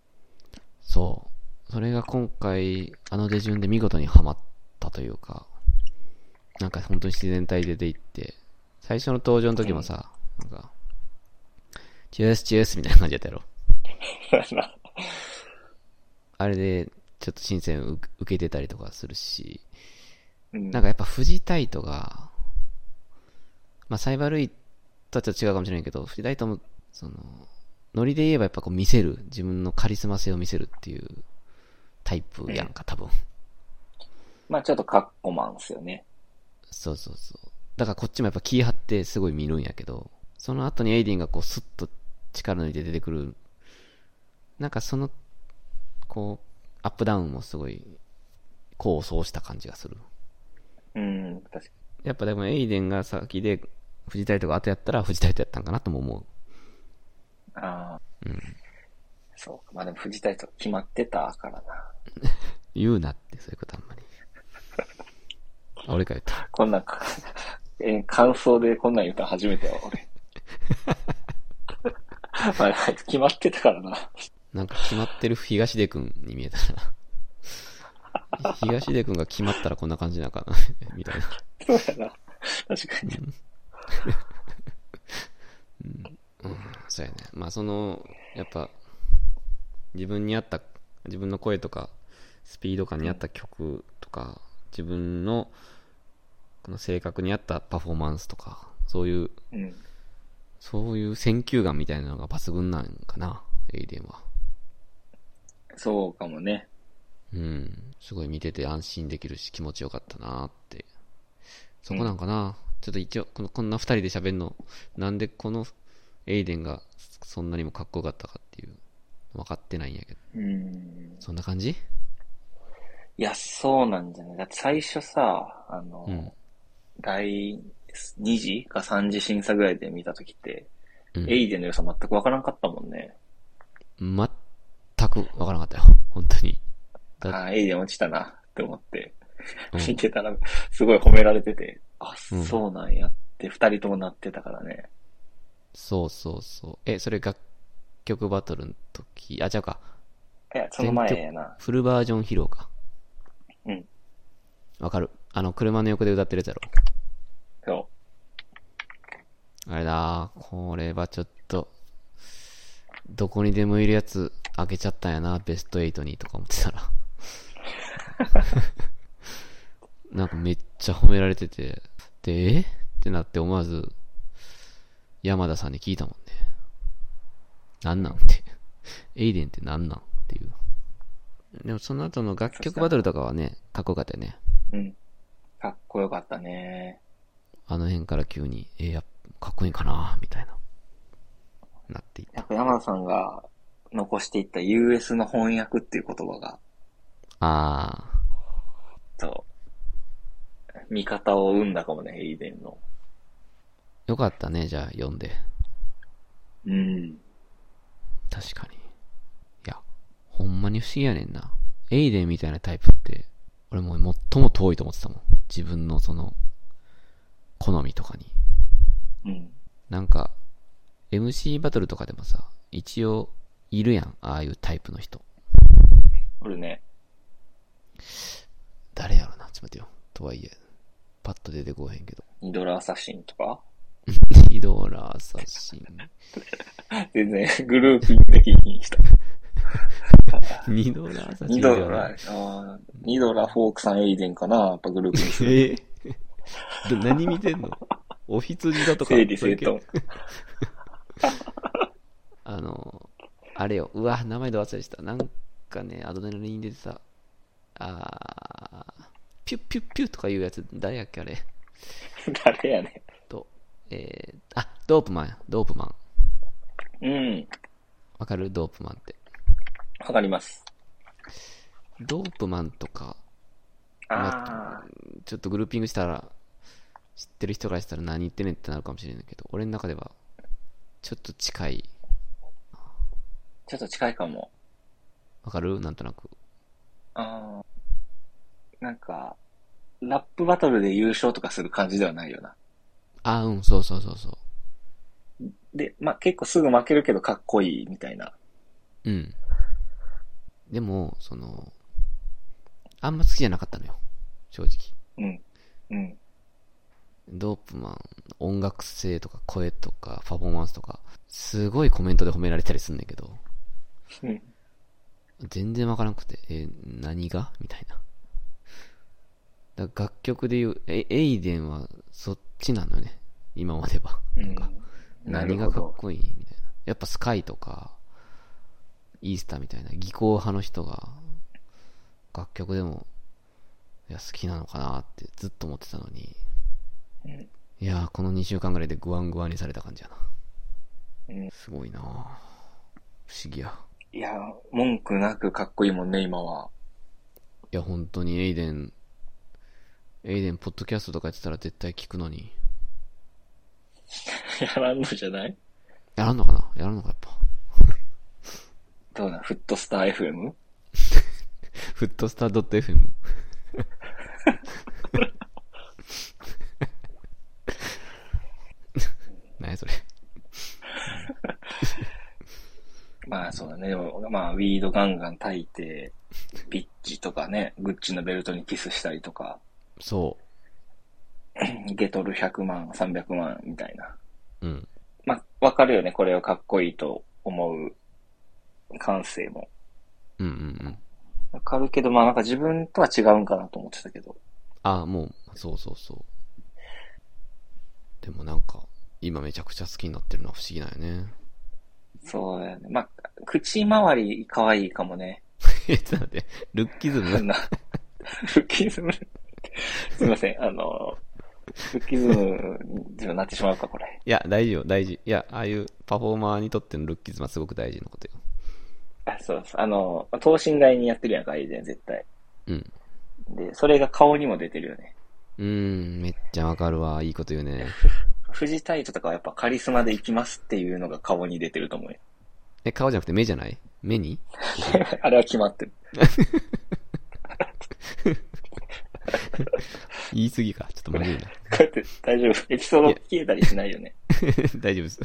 S1: そう。それが今回、あの手順で見事にはまったというか、なんか本当に自然体で出ていって、最初の登場の時もさ、なんか、チュースチュースみたいな感じだったやろ。あれで、ちょっと新鮮を受受けてたりとかするし、
S2: うん
S1: なんかやっぱフジタイトが、まあサイバルイとはちょっと違うかもしれないけど、フジタイトも、その、ノリで言えばやっぱこう見せる、自分のカリスマ性を見せるっていうタイプやんか、多分。
S2: まあちょっとカッコマンですよね。
S1: そうそうそう。だからこっちもやっぱ気張ってすごい見るんやけど、その後にエイディンがこうスッと力抜いて出てくる、なんかその、こう、アップダウンもすごい、功を奏した感じがする。
S2: うん、確かに。
S1: やっぱでもエイデンが先で、藤タイトが後やったら藤タイトやったんかなとも思う。
S2: ああ。
S1: うん
S2: そうか。まあでも藤田と決まってたからな。
S1: 言うなって、そういうことあんまり。あ俺か言った。
S2: こんなん か、えー感想でこんなん言ったの初めてよ、 俺。まあ、決まってたからな。
S1: なんか決まってる東出くんに見えたな。東出くんが決まったらこんな感じなのかなみたいな。
S2: そうやな。確かに。
S1: そうやね。まあその、やっぱ、自分に合った、自分の声とか、スピード感に合った曲とか、自分の、この性格に合ったパフォーマンスとか、そういう、
S2: うん。
S1: そういう選球眼みたいなのが抜群なんかな、エイデンは。
S2: そうかもね。
S1: うん。すごい見てて安心できるし気持ちよかったなって。そこなんかな、ちょっと一応、この、こんな二人で喋んの、なんでこのエイデンがそんなにもかっこよかったかっていう、分かってないんやけど。
S2: うん。
S1: そんな感じ
S2: いや、そうなんじゃない。だって最初さ、あの、
S1: うん。
S2: 第2次か3次審査ぐらいで見たときって、
S1: うん
S2: エイデンの良さ全くわからんかったもんね。
S1: 全く分からなかったよ。 本当に。だ
S2: ああ、エイデン落ちたなって思って、
S1: う
S2: 見
S1: ん、
S2: てたら、すごい褒められてて、あ、
S1: うん
S2: そうなんやって、二人ともなってたからね。
S1: そうそうそう。え、それ楽曲バトルの時、あ、違うか。
S2: いや、その前やな。
S1: フルバージョン披露か。
S2: うん。
S1: わかる。あの、車の横で歌ってるやつやろ。
S2: そ
S1: あれだー、これはちょっと、どこにでもいるやつ、あげちゃったんやな、ベスト8にとか思ってたら。 なんかめっちゃ褒められてて、で、えってなって思わず、山田さんに聞いたもんね。なんなんって。エイデンってなんなんっていう。でもその後の楽曲バトルとかはね、かっこよかったよね。
S2: う。うん。かっこよかったね。
S1: あの辺から急に、えー、やっぱかっこいいんかなみたいな。なっていった
S2: やっぱ山田さんが残していった US の翻訳っていう言葉が、
S1: あ
S2: そう、見方を生んだかもね、エイデンの。
S1: ー、よかったね、じゃあ読んで。
S2: うん。
S1: 確かに。いや、ほんまに不思議やねんな。エイデンみたいなタイプって、俺もう最も遠いと思ってたもん。自分のその、好みとかに。
S2: うん。
S1: なんか、MC バトルとかでもさ、一応、いるやん、ああいうタイプの人。
S2: 俺ね、
S1: 誰やろな、ちょっと待ってよ。とはいえ、パッと出てこうへんけど。
S2: ニドラアサシンとか、
S1: ヒドラ、アサシン。
S2: 全然 グルーピングで聞き にした。
S1: ニドラ、アサシン。
S2: ニドラ、あーニドラ、フォークさん、エイデンかな、やっぱグルーピン グする。
S1: えー、ど何見て んのお羊だとか。
S2: 整理整
S1: そういう
S2: 頓
S1: 系。あの、あれよ。うわ、名前ど忘れした。なんかね、アドレナリン出てさ、あーピュッピュッピュッとかいうやつ、誰やっけあれ。
S2: 誰やね
S1: と、えー、あ、ドープマンや。ドープマン。
S2: ん。うん。
S1: わかるドープマンって。
S2: わかります。
S1: ドープマンとか、
S2: ああ、
S1: ちょっとグルーピングしたら、知ってる人からしたら何言ってんねんってなるかもしれないけど、俺の中では、ちょっと近い。
S2: ちょっと近いかも。
S1: わかるなんとなく。
S2: あーなんか、ラップバトルで優勝とかする感じではないよな。
S1: あ、うん、そうそうそうそ
S2: で、まあ、結構すぐ負けるけどかっこいいみたいな。
S1: う。うん。でも、その、あんま好きじゃなかったのよ。正直。
S2: うん。うん。
S1: ドープマン、音楽性とか声とかパフォーマンスとか、すごいコメントで褒められたりすんねんけど、
S2: うん。
S1: 全然わからなくて、えー何がみたいな。だから楽曲で言う、え、エイデンはそっちなのよね。今までは。なんか、
S2: うんなる
S1: 何
S2: ほど
S1: がかっこいいみたいな。やっぱスカイとか、イースターみたいな技巧派の人が、楽曲でも、いや、好きなのかなってずっと思ってたのに、
S2: うん
S1: いやー、この2週間ぐらいでグワングワンにされた感じやな。
S2: うん
S1: すごいなあ不思議や。
S2: いや、文句なくかっこいいもんね、今は。
S1: いや、本当にエイデン、エイデン、ポッドキャストとかやってたら絶対聞くのに。
S2: やらんのじゃない
S1: やらんのかなやらんのか、やっぱ。
S2: どうなんフットスター FM?
S1: フットスター .fm。何やそれ。
S2: まあそうだね。でもまあ、ウィードガンガン炊いて、ピッチとかね、グッチのベルトにキスしたりとか、
S1: そ
S2: ゲトル100万、300万みたいな。
S1: う。うん。
S2: まあ、わかるよね。これをかっこいいと思う感性も。
S1: うんうんうん。
S2: わかるけど、まあなんか自分とは違うんかなと思ってたけど。
S1: あ、もう、そうそうそう。でもなんか、今めちゃくちゃ好きになってるのは不思議なんよね。
S2: そうだよね。まあ、口周り可愛いかもね。
S1: え、ちょっと待って、ルッキズ
S2: そん
S1: ム
S2: な、ルッキズム。すいません、あの、ルッキズムになってしまうか、これ。
S1: いや、大事よ、大事。いや、ああいうパフォーマーにとってのルッキズムはすごく大事なことよ。
S2: あ、そうそう。あの、等身大にやってるやんか、以前絶対。
S1: うん。
S2: で、それが顔にも出てるよね。
S1: うーん、めっちゃわかるわ。いいこと言うね。
S2: 富士タイトとかはやっぱカリスマで行きますっていうのが顔に出てると思うよ。
S1: え、顔じゃなくて目じゃない目に
S2: あれは決まってる。
S1: 言い過ぎか。ちょっとまずいな。
S2: こうやって大丈夫。エピソード消えたりしないよね。
S1: 大丈夫です。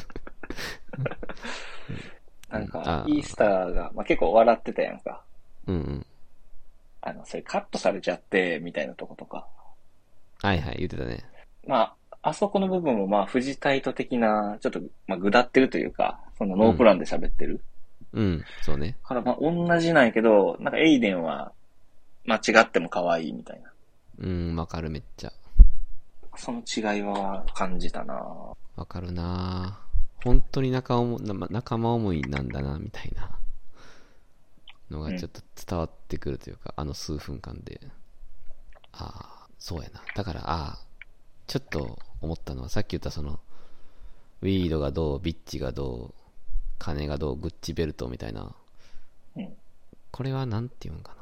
S2: なん
S1: あ
S2: か、
S1: ー
S2: イースターが、まあ、結構笑ってたやんか。
S1: うんうん。
S2: あの、それカットされちゃって、みたいなとことか。
S1: はいはい、言ってたね。
S2: まあ、あそこの部分もまあ、富士タイト的な、ちょっと、まあ、ぐだってるというか、そのノープランで喋ってる。
S1: うん、そうね。
S2: からまあ、同じなんやけど、なんかエイデンは、間違っても可愛いみたいな。
S1: うん、わかる、めっちゃ。
S2: その違いは感じたなぁ
S1: わかるなぁ本当に仲思なま仲間思いなんだな、みたいなのがちょっと伝わってくるというか、あの数分間で。ああ、そうやな。だから、ああ、ちょっと思ったのは、さっき言ったその、ウィードがどう、ビッチがどう、金がどう、グッチベルトみたいな。
S2: うん
S1: これはなんて言うんかな。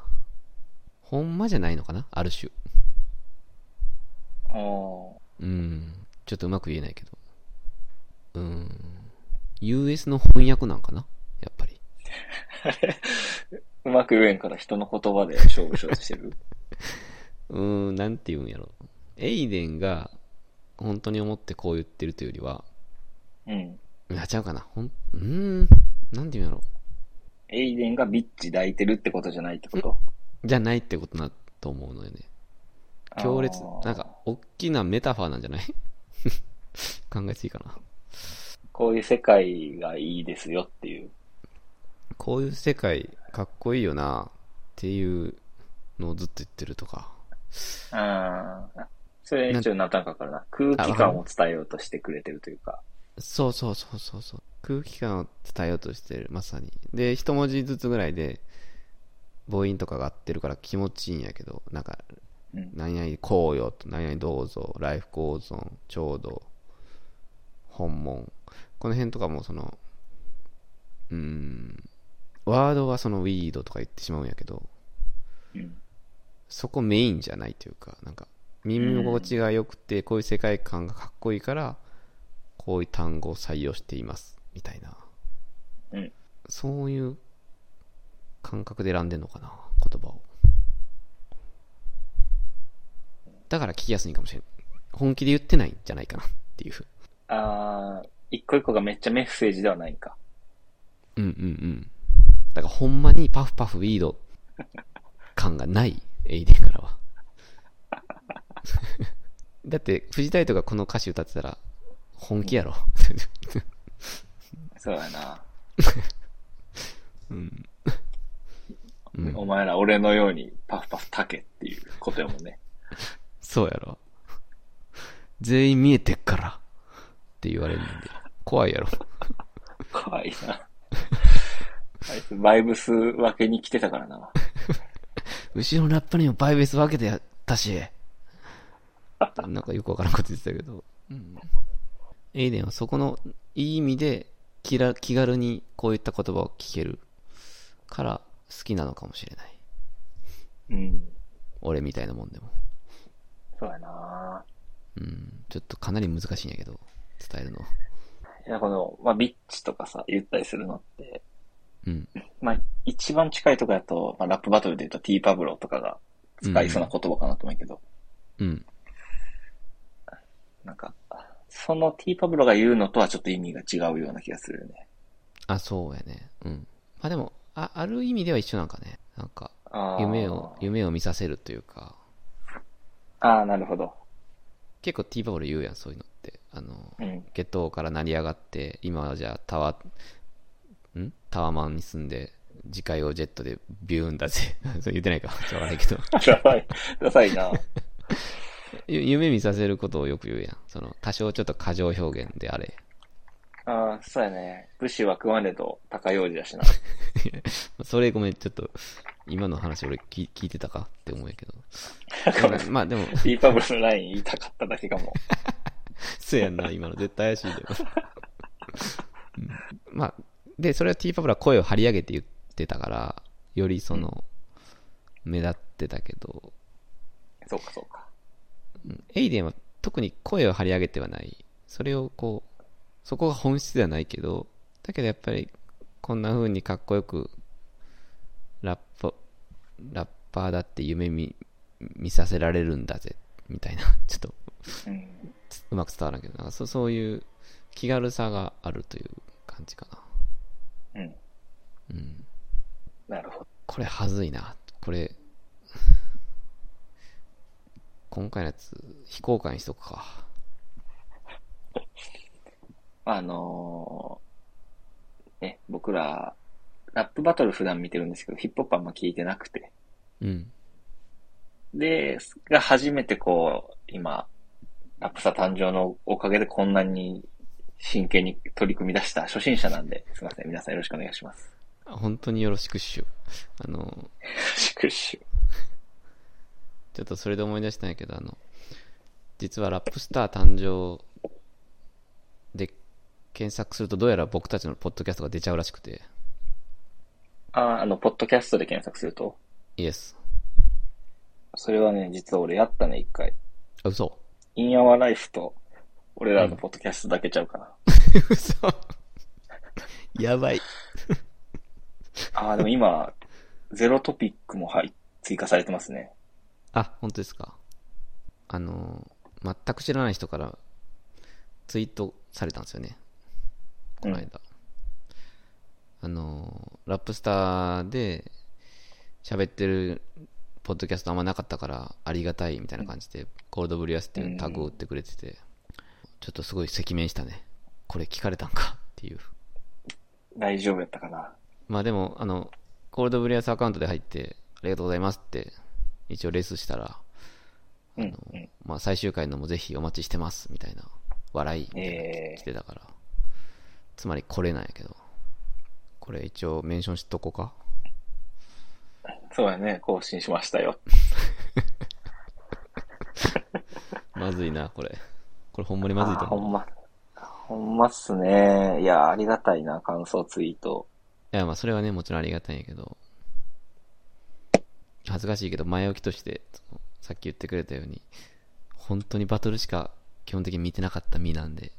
S1: ほんまじゃないのかなある種。
S2: お
S1: うん。ちょっとうまく言えないけど。うん。US の翻訳なんかなやっぱり。
S2: ーうまく言えんから人の言葉で勝負しようと してる。
S1: うん、なんて言うんやろ。エイデンが本当に思ってこう言ってるというよりは、
S2: うん。
S1: いや、ちゃうかな。ほん、うーん、なんて言うんやろ。
S2: エイデンがビッチ抱いてるってことじゃないってこと
S1: じゃないってことなと思うのよね。強烈
S2: あ、ー
S1: なんか、大きなメタファーなんじゃない 考えすぎかな。
S2: こういう世界がいいですよっていう。
S1: こういう世界、かっこいいよな、っていうのをずっと言ってるとか。
S2: ああ。それ一応なったんかからな。空気感を伝えようとしてくれてるというか。
S1: そうそうそうそうそう空気感を伝えようとしてるまさにで一文字ずつぐらいで母音とかが合ってるから気持ちいいんやけどなんか
S2: うん
S1: 何々こうよと何々どうぞライフ構造ちょうど本門この辺とかもそのうーんワードはそのウィードとか言ってしまうんやけど
S2: うん。
S1: そこメインじゃないというかなんか耳心地が良くてこういう世界観がかっこいいからこういう単語を採用していますみたいな、
S2: うん
S1: そういう感覚で選んでんのかな言葉をだから聞きやすいかもしれん本気で言ってないんじゃないかなっていう
S2: ああ、一個一個がめっちゃメッセージではないんか。
S1: うんうんうんだからほんまにパフパフウィード感がない AD からは だって藤田イトがこの歌詞歌ってたら本気やろ
S2: そうやな。
S1: うんうん
S2: お前ら俺のようにパフパフ炊けっていうことやもん ね。
S1: そうやろ。全員見えてっから。って言われるんで。怖いやろ。
S2: 怖いな。あいつ、バイブス分けに来てたからな。
S1: 後ろのラッパにもバイベス分けてやったし。なんかよくわからんこと言ってたけど。うんエイデンはそこの、いい意味で、気ら気軽にこういった言葉を聞けるから好きなのかもしれない。
S2: うん。
S1: 俺みたいなもんでも。
S2: そうやな。
S1: うん。ちょっとかなり難しいんやけど、伝えるの。
S2: いや、この、まあ、ビッチとかさ、言ったりするのって、
S1: うん。
S2: まあ、一番近いとこやと、まあ、ラップバトルで言うと T パブロとかが使いそうな言葉かなと思うけど、
S1: うん。
S2: なんか、その T パブロが言うのとはちょっと意味が違うような気がするよね。
S1: あ、そうやね。うん。まあでも、あ、ある意味では一緒なんかね。なんか、
S2: あー
S1: 夢を、夢を見させるというか、
S2: ああ、なるほど。
S1: 結構 T バブル言うやん、そういうのって。あの、
S2: うん。
S1: ゲットから成り上がって、今はじゃあタワー、んタワマンに住んで、次回をジェットでビューンだぜ。 そう言ってないか。ちょっとわからないけど。
S2: ダサい、ダサいな。
S1: ゆ夢見させることをよく言うやん。その、多少ちょっと過剰表現であれ。
S2: ああ、そうやね。武士は食わねど、高用事だしな。
S1: それごめん、ちょっと、今の話俺聞聞いてたかって思うんやけど。
S2: ごめん
S1: まあでも、
S2: T パブロのライン言いたかっただけかも。
S1: そうやんな、今の。絶対怪しいで。 うんまあ、で、それは T パブラは声を張り上げて言ってたから、よりその、目立ってたけど、
S2: そうか、そうか。
S1: うんエイデンは特に声を張り上げてはない。それをこう、そこが本質ではないけど、だけどやっぱり、こんな風にかっこよく、ラッパ、ラッパーだって夢見、見させられるんだぜ、みたいな。 ちょっと、
S2: うん。
S1: うまく伝わらんけど、なんかそそういう気軽さがあるという感じかな。
S2: うん。
S1: うん。
S2: なるほど。
S1: これはずいな。これ、 今回のやつ、非公開にしとくか。
S2: あのー、ね、僕ら、ラップバトル普段見てるんですけど、ヒップホップあんま聞いてなくて。
S1: うん。
S2: で、が初めてこう、今、ラップさ誕生のおかげでこんなに真剣に取り組み出した初心者なんで、すいません。皆さんよろしくお願いします。
S1: 本当によろしくっしゅ。あの、
S2: 祝手。
S1: ちょっとそれで思い出したんやけど、あの、実はラップスター誕生で検索するとどうやら僕たちのポッドキャストが出ちゃうらしくて、
S2: あー、あの、ポッドキャストで検索すると、
S1: イエス。
S2: それはね、実は俺やったね、一回。
S1: あ、嘘。
S2: インアワライフと、俺らのポッドキャストだけちゃうかな。
S1: 嘘。 やばい。
S2: ああ、でも今、ゼロトピックもはい追加されてますね。
S1: あ、本当ですか。あの、全く知らない人からツイートされたんですよね。この間。あの、ラップスターで喋ってるポッドキャストあんまなかったからありがたいみたいな感じで、コールドブリュアスっていうタグを打ってくれてて、ちょっとすごい赤面したね。これ聞かれたんかっていう。
S2: 大丈夫やったかな。
S1: まあでも、あの、コールドブリュアスアカウントで入って、ありがとうございますって、一応レースしたら、
S2: う
S1: あ
S2: ん
S1: の、まあ、最終回のもぜひお待ちしてます、みたいな、笑い、みたいなの
S2: ええ
S1: 来てたから。つまりこれなんやけど。これ一応メンションしとこうか。
S2: そうやね、更新しましたよ。
S1: まずいな、これ。これほんまにまずいと
S2: あーほ
S1: 思う。
S2: んま、ほんまっすね。いや、ありがたいな、感想ツイート。
S1: いや、まあそれはね、もちろんありがたいんやけど。恥ずかしいけど、前置きとして、そのさっき言ってくれたように、本当にバトルしか基本的に見てなかった身なんで、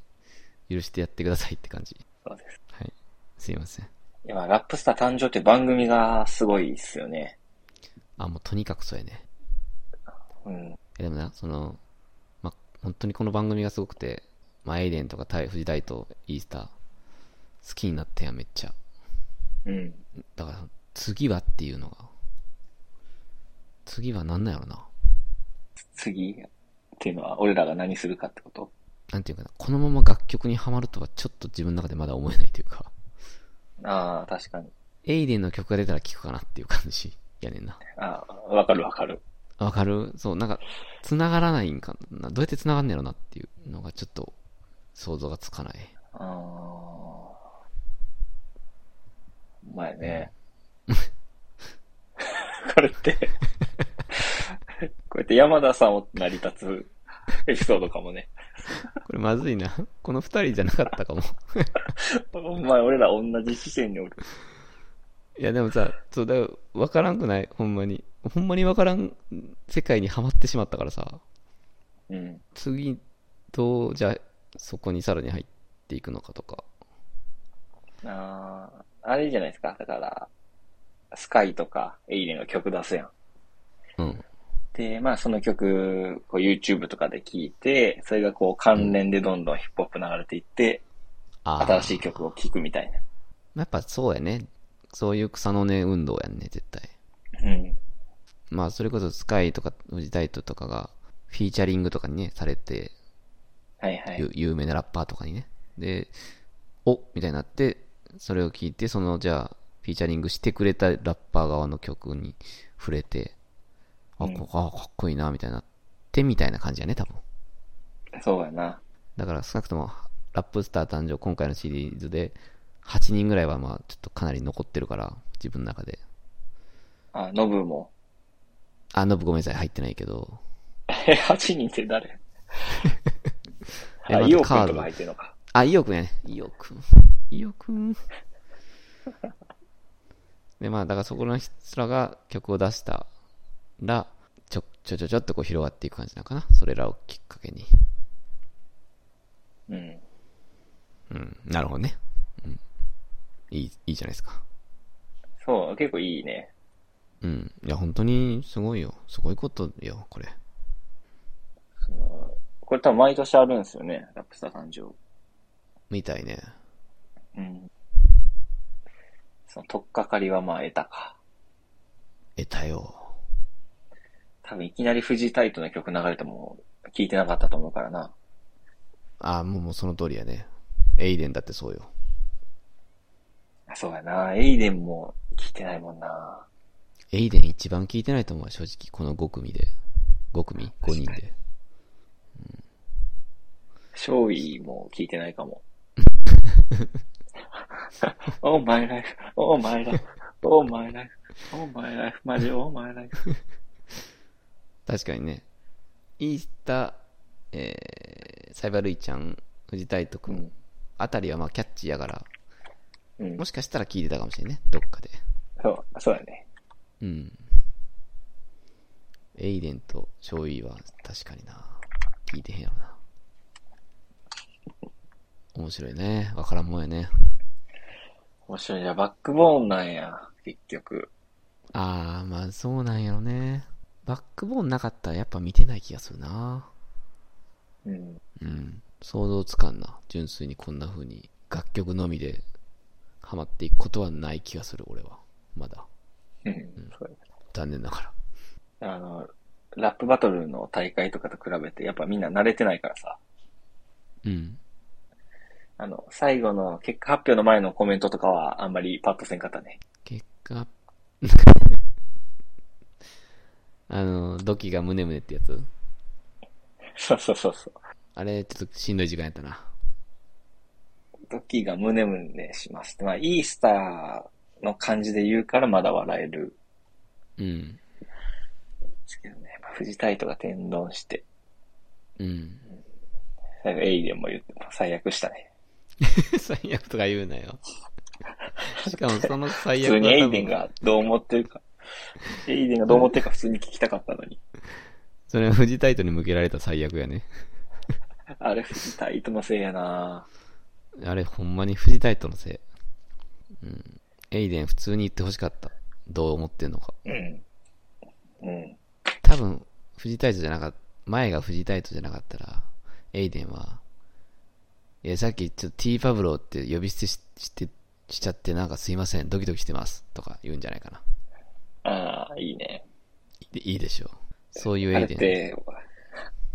S1: 許してやってくださいって感じ。
S2: そうです。
S1: はい。すいません。
S2: 今、ラップスター誕生って番組がすごいっすよね。
S1: あ、もうとにかくそうやね。
S2: う
S1: い
S2: ん。
S1: やでもな、その、まあ、本当にこの番組がすごくて、まあ、エイデンとかタイ、フジ大とイースター、好きになってんや、めっちゃ。
S2: うん。
S1: だから、次はっていうのが、次はなんなんやろな。
S2: 次っていうのは、俺らが何するかってこと
S1: なんていうかな、このまま楽曲にはまるとはちょっと自分の中でまだ思えないというか、
S2: ああ、確かに。
S1: エイデンの曲が出たら聴くかなっていう感じ。やねんな。
S2: あわかるわかる。
S1: わかるそう、なんか、繋がらないんかな。どうやって繋がんねやろなっていうのがちょっと想像がつかない。
S2: あーうま いね。これって、こうやって山田さんを成り立つエピソードかもね。
S1: これまずいな。この二人じゃなかったかも。
S2: お前、俺ら同じ視線におる。
S1: いやでもさ、そうだ、わからんくないほんまに。ほんまにわからん世界にはまってしまったからさ。
S2: うん。
S1: 次、どう、じゃあ、そこにさらに入っていくのかとか。
S2: あーあれじゃないですか。だから、スカイとかエイレンが曲出すやん。
S1: うん。
S2: で、まあその曲、こう YouTube とかで聴いて、それがこう関連でどんどんヒップホップ流れていって、
S1: あー
S2: 新しい。曲を聴くみたいな。
S1: やっぱそうやね。そういう草の根運動やんね、絶対。
S2: うん。
S1: まあ、それこそスカイとか、ウジタイトとかが、フィーチャリングとかにね、されて、
S2: はいはい。
S1: ゆ有名なラッパーとかにね。で、おみたいになって、それを聞いて、その、じゃあ、フィーチャリングしてくれたラッパー側の曲に触れて、あ、
S2: うん
S1: こあかっこいいな、みたいになって、みたいな感じやね、多分。
S2: そうやな。
S1: だから、少なくとも、ラップスター誕生、今回のシリーズで、8人ぐらいは、まあ、ちょっとかなり残ってるから、自分の中で。
S2: あ、ノブも。
S1: あ、ノブごめんなさい、入ってないけど。
S2: え、8人って誰
S1: え
S2: あ、
S1: まず
S2: イオく
S1: カー
S2: ん
S1: ド
S2: とか入ってるのか。
S1: あ、イオくんやね。イオくん。イオくん。で、まあ、だからそこの人らが曲を出したら、ちょ、ちょちょちょっとこう広がっていく感じなのかな。それらをきっかけに。
S2: うん。
S1: うん、なるほどね。うん。いい、いいじゃないですか。
S2: そう、結構いいね。
S1: うん。いや、本当にすごいよ。すごいことよ、これ。
S2: そのこれ多分毎年あるんですよね。ラップスター誕生。
S1: みたいね。
S2: うん。その、とっかかりはまあ得たか。
S1: 得たよ。
S2: 多分いきなりフジタイトの曲流れても聞いてなかったと思うからな。
S1: あ、もう、もうその通りやね。エイデンだってそうよ。
S2: そうやな。エイデンも聞いてないもんな。
S1: エイデン一番聞いてないと思うわ正直、この5組で。5組 ?5 人
S2: 確か
S1: で。
S2: ショーイも聞いてないかも。オーマイライフ、オーマイライフ、オーマイライフ、オーマイライフ、マジオーマイライフ。
S1: 確かにね。イースター、えー、サイバルイちゃん、藤田斗く
S2: うん
S1: ん、あたりはまあキャッチーやから、
S2: うん
S1: も。しかしたら聞いてたかもしれんね。どっかで。
S2: そう、そうだね。
S1: うん。エイデンとショウイは確かにな。聞いてへんやろな。面白いね。わからんもんやね。
S2: 面白い。じゃあバックボーンなんや。結局。
S1: あー、まあそうなんやろね。バックボーンなかったらやっぱ見てない気がするな。
S2: うん。
S1: うん。想像つかんな。純粋にこんな風に楽曲のみでハマっていくことはない気がする、俺は。まだ。
S2: うん。そう
S1: 残念ながら。
S2: だねあの、ラップバトルの大会とかと比べて、やっぱみんな慣れてないからさ。
S1: うん。
S2: あの、最後の結果発表の前のコメントとかはあんまりパッとせんかったね。
S1: 結果、 あの、ドキがムネムネってやつ
S2: そうそうそうそう。
S1: あれ、ちょっとしんどい時間やったな。
S2: 時がムネムネしますって。まあ、イースターの感じで言うからまだ笑えるんで
S1: うん。
S2: すけどね。まあ、富士タイトが天丼して、
S1: うん。
S2: 最後エイデンも言って、まあ最悪したね。
S1: 最悪とか言うなよ。しかもその
S2: 普
S1: 最悪
S2: 通
S1: は
S2: に
S1: 多
S2: エイ
S1: 分
S2: デンがどう思ってるか、エイデンがどう思ってるか普通に聞きたかったのに。
S1: それは富士タイトに向けられた最悪やね。
S2: あれ富士タイトのせいやな
S1: あれ、ほんまに富士タイトのせい。うん。エイデン普通に言ってほしかった。どう思ってんのか。
S2: うん。うん。
S1: 多分、富士タイトじゃなかった、前が富士タイトじゃなかったら、エイデンは、いや、さっきちょっと T パブローって呼び捨てしして、しちゃってなんかすいません、ドキドキしてます。とか言うんじゃないかな。
S2: ああ、いいね。
S1: いいでいいでしょう。そういう
S2: あ
S1: エ
S2: れ
S1: イ
S2: っ
S1: デン。
S2: て、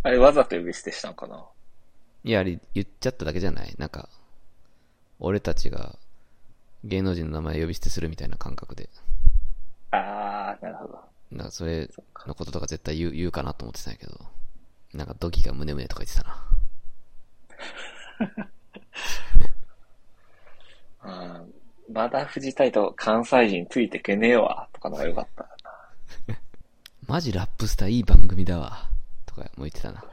S2: あれわざと呼び捨てしたのかない
S1: や、あれ言っちゃっただけじゃないなんか、俺たちが芸能人の名前呼び捨てするみたいな感覚で。
S2: あー、なるほど。
S1: なんかそれ
S2: そっか。
S1: のこととか絶対言う言うかなと思ってたんやけど、なんかドキがムネムネとか言ってたな。
S2: うんまだ藤タイと関西人ついてけねえわ、とかのが良かったかな。
S1: マジラップスターいい番組だわ。とかも言ってたな。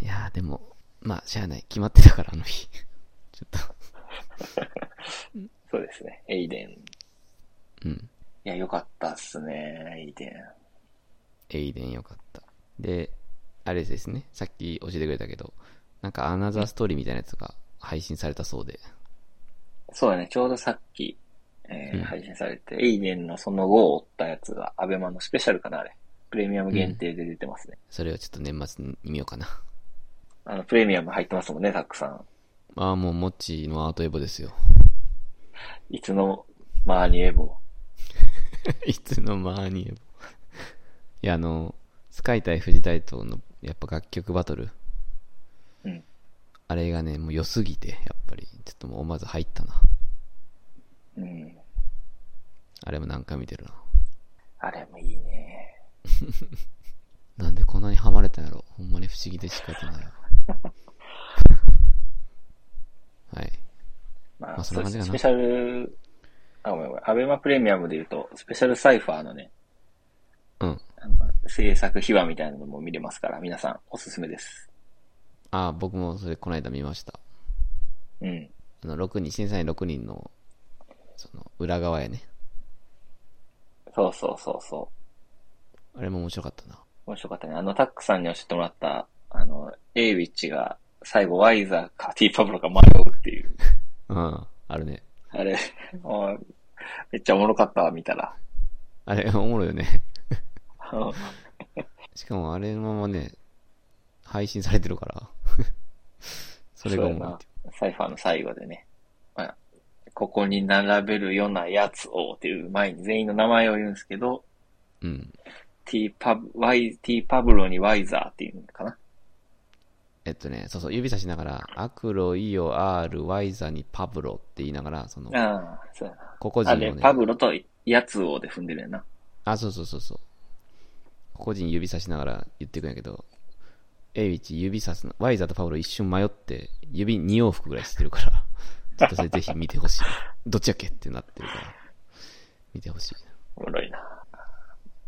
S1: いやーでも、まあ、しゃあない。決まってたから、あの日。 ちょっ
S2: そうですね。エイデン。い
S1: と。うん。
S2: や、良かったっすね、エイデン。
S1: エイデンよかった。で、あれですね。さっき教えてくれたけど、なんかアナザーストーリーみたいなやつが配信されたそうで。
S2: そうだね、ちょうどさっき、えー
S1: うん
S2: 配信されて、エイデンのその後を追ったやつが、アベマのスペシャルかな、あれ。プレミアム限定で出てますね。
S1: それをちょっと年末に見ようかな。
S2: あの、プレミアム入ってますもんね、たくさん。
S1: ああ、もう、モッチーのアートエボですよ。
S2: いつの間にエボ。
S1: いつの間にエボ。いや、あの、スカイ対フジタイトの、やっぱ楽曲バトル。
S2: うん。
S1: あれがね、もう良すぎて、やっぱり、ちょっともう思わず入ったな。
S2: うん。
S1: あれも何回見てる
S2: あれもいいね。
S1: な。なんでこんなにハマれたんやろ。ほんまに不思議で仕方ないわ。 はい。
S2: ま
S1: ま
S2: あ、
S1: あそん
S2: そ
S1: な
S2: う
S1: 感じか
S2: ですね。
S1: な
S2: スペシャル、あ、ごめんごめん。アベマプレミアムで言うと、スペシャルサイファーのね、
S1: うん。
S2: なんか制作秘話みたいなのも見れますから、皆さんおすすめです。
S1: ああ、僕もそれこの間見ました。
S2: うん。
S1: あの、6人、審査員6人の、その、裏側やね。
S2: そうそうそうそ
S1: あれも面白かったな。
S2: う。面白かったね。あの、タックさんに教えてもらった、あの、エイウィッチが、最後、ワイザーかティーパブロか迷うっていう。
S1: うん。あるね。
S2: あれ、もうめっちゃおもろかったわ、見たら。
S1: あれ、おもろいよね。
S2: あの
S1: しかもあれのままね、配信されてるから。 それが
S2: うや
S1: も
S2: な
S1: う、
S2: サイファーの最後でね。まあ、ここに並べるようなやつをっていう前に全員の名前を言うんですけど、
S1: うん。
S2: ティーパブ、ワイ、ティーパブロにワイザーっていうのかな。
S1: えっとね、そうそう、指差しながら、アクロ、イオ、アール、ワイザにパブロって言いながら、その、
S2: ああ、そうやな。
S1: 個々
S2: あ
S1: 人
S2: れ、
S1: をね、
S2: パブロとやつをで踏んでるやんな。
S1: あ、そうそうそうそう。個々人指差しながら言っていくんやけど、エイビッチ指差すの、ワイザとパブロ一瞬迷って、指2往復ぐらいしてるから、ちょっとそれぜひ見て ほしい。どっちやっけってなってるから、見てほしい。
S2: おもろいな。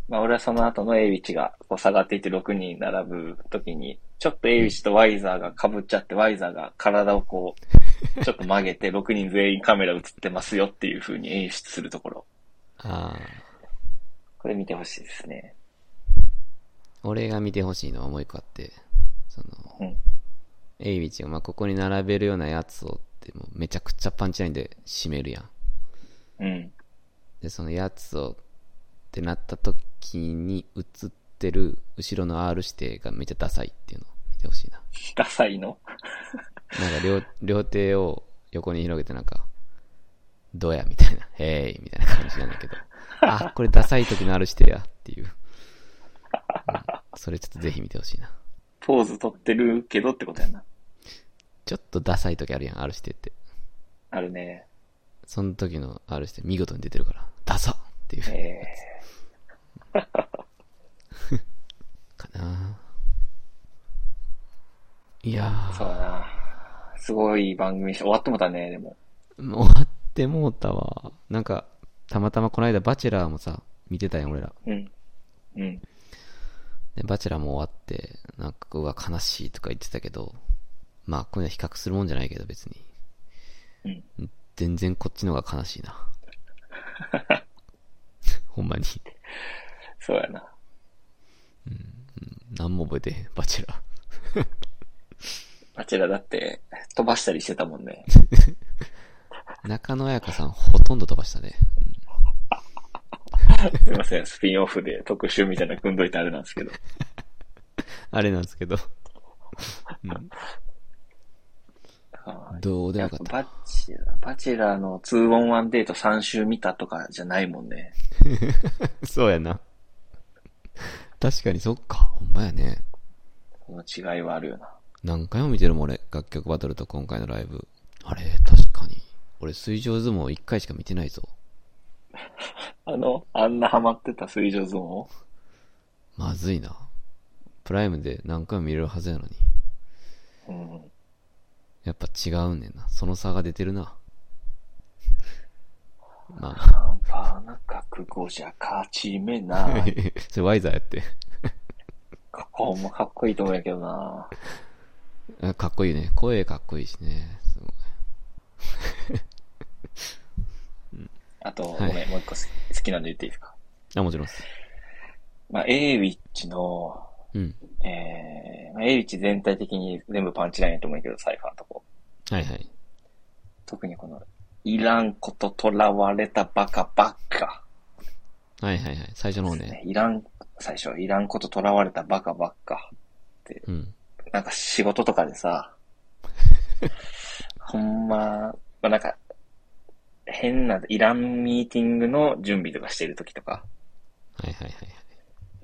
S2: まあ俺はその後のエイウィッチがこう下がっていって6人並ぶ時に、ちょっとエイウィッチとワイザーが被っちゃって、ワイザーが体をこう、ちょっと曲げて6人全員カメラ映ってますよっていう風に演出するところ。
S1: ああ、
S2: これ見てほしいですね。
S1: 俺が見てほしいのはもう一個あって、その、
S2: うん。
S1: エイビチが、まあ、ここに並べるようなやつをって、もうめちゃくちゃパンチラインで締めるやん。
S2: うん。
S1: で、そのやつをってなった時に映ってる後ろの R 指定がめっちゃダサいっていうのを見てほしいな。
S2: ダサいの
S1: なんか両、 両手を横に広げてなんか、どやみたいな、へいみたいな感じなんだけど、あ、これダサい時の R 指定やっていう。うんそれちょっとぜひ見てほしいな。
S2: ポーズ取ってるけどってことやな。
S1: ちょっとダサい時あるやん、R 指定って。
S2: あるね。
S1: その時の R 指定見事に出てるから、ダサっていう。
S2: え
S1: かないや
S2: ー、そうだな。すごい番組にして終わってもたね、でも。
S1: ー、もう終わってもうたわ。なんか、たまたまこの間バチェラーもさ、見てたやん、俺ら。
S2: うん。うん。
S1: で、バチェラーも終わって、なんか、うわ、悲しいとか言ってたけど、まあ、こういうの比較するもんじゃないけど、別に。
S2: うん。
S1: 全然こっちの方が悲しい な。ほんまに。
S2: そうやな。
S1: 何も覚えてへん、バチェラー。
S2: あちらだって飛ばしたりしてたもんね。
S1: 中野彩香さん、ほとんど飛ばしたね。
S2: すいません、スピンオフで特集みたいなの組んどいてあれなんですけど。
S1: あれなんですけど。うん
S2: はい
S1: どうでも
S2: や
S1: よ
S2: っ
S1: か
S2: ぱ
S1: った。
S2: バチェラー、バチェラーの 2on1 デート3週見たとかじゃないもんね。
S1: そうやな。確かにそっか。ほんまやね。
S2: この違いはあるよな。
S1: 何回も見てるもん俺。楽曲バトルと今回のライブ。あれ、確かに。俺、水上相撲一回しか見てないぞ。
S2: あの、あんなハマってた水上相撲を
S1: まずいな。プライムで何回も見れるはずやのに。
S2: うん。
S1: やっぱ違うねんな。その差が出てるな。 まあ、
S2: ハンパーな覚悟じゃ勝ち目 ない。
S1: それワイザーやって。
S2: ここもかっこいいと思うんやけどな。
S1: あかっこいいね。声かっこいいしね。すごい。
S2: あと、ご
S1: はい
S2: めん、もう一個好き好きなんで言っていいですか。
S1: あ、もちろんです。
S2: まあ、エーウィッチの、
S1: うん。
S2: えー、まあ、エーウィッチ全体的に全部パンチラインやと思うけど、サイファーのとこ。
S1: はいはい。
S2: 特にこの、いらんこと囚われたバカバカ。
S1: はいはいはい。最初の方
S2: ね
S1: ね。
S2: いらん、最初、いらんこと囚われたバカバカ。
S1: うん。
S2: なんか仕事とかでさ、ほんま、まあ、なんか、変な、いらんミーティングの準備とかしてる時とか。
S1: はいはいはい。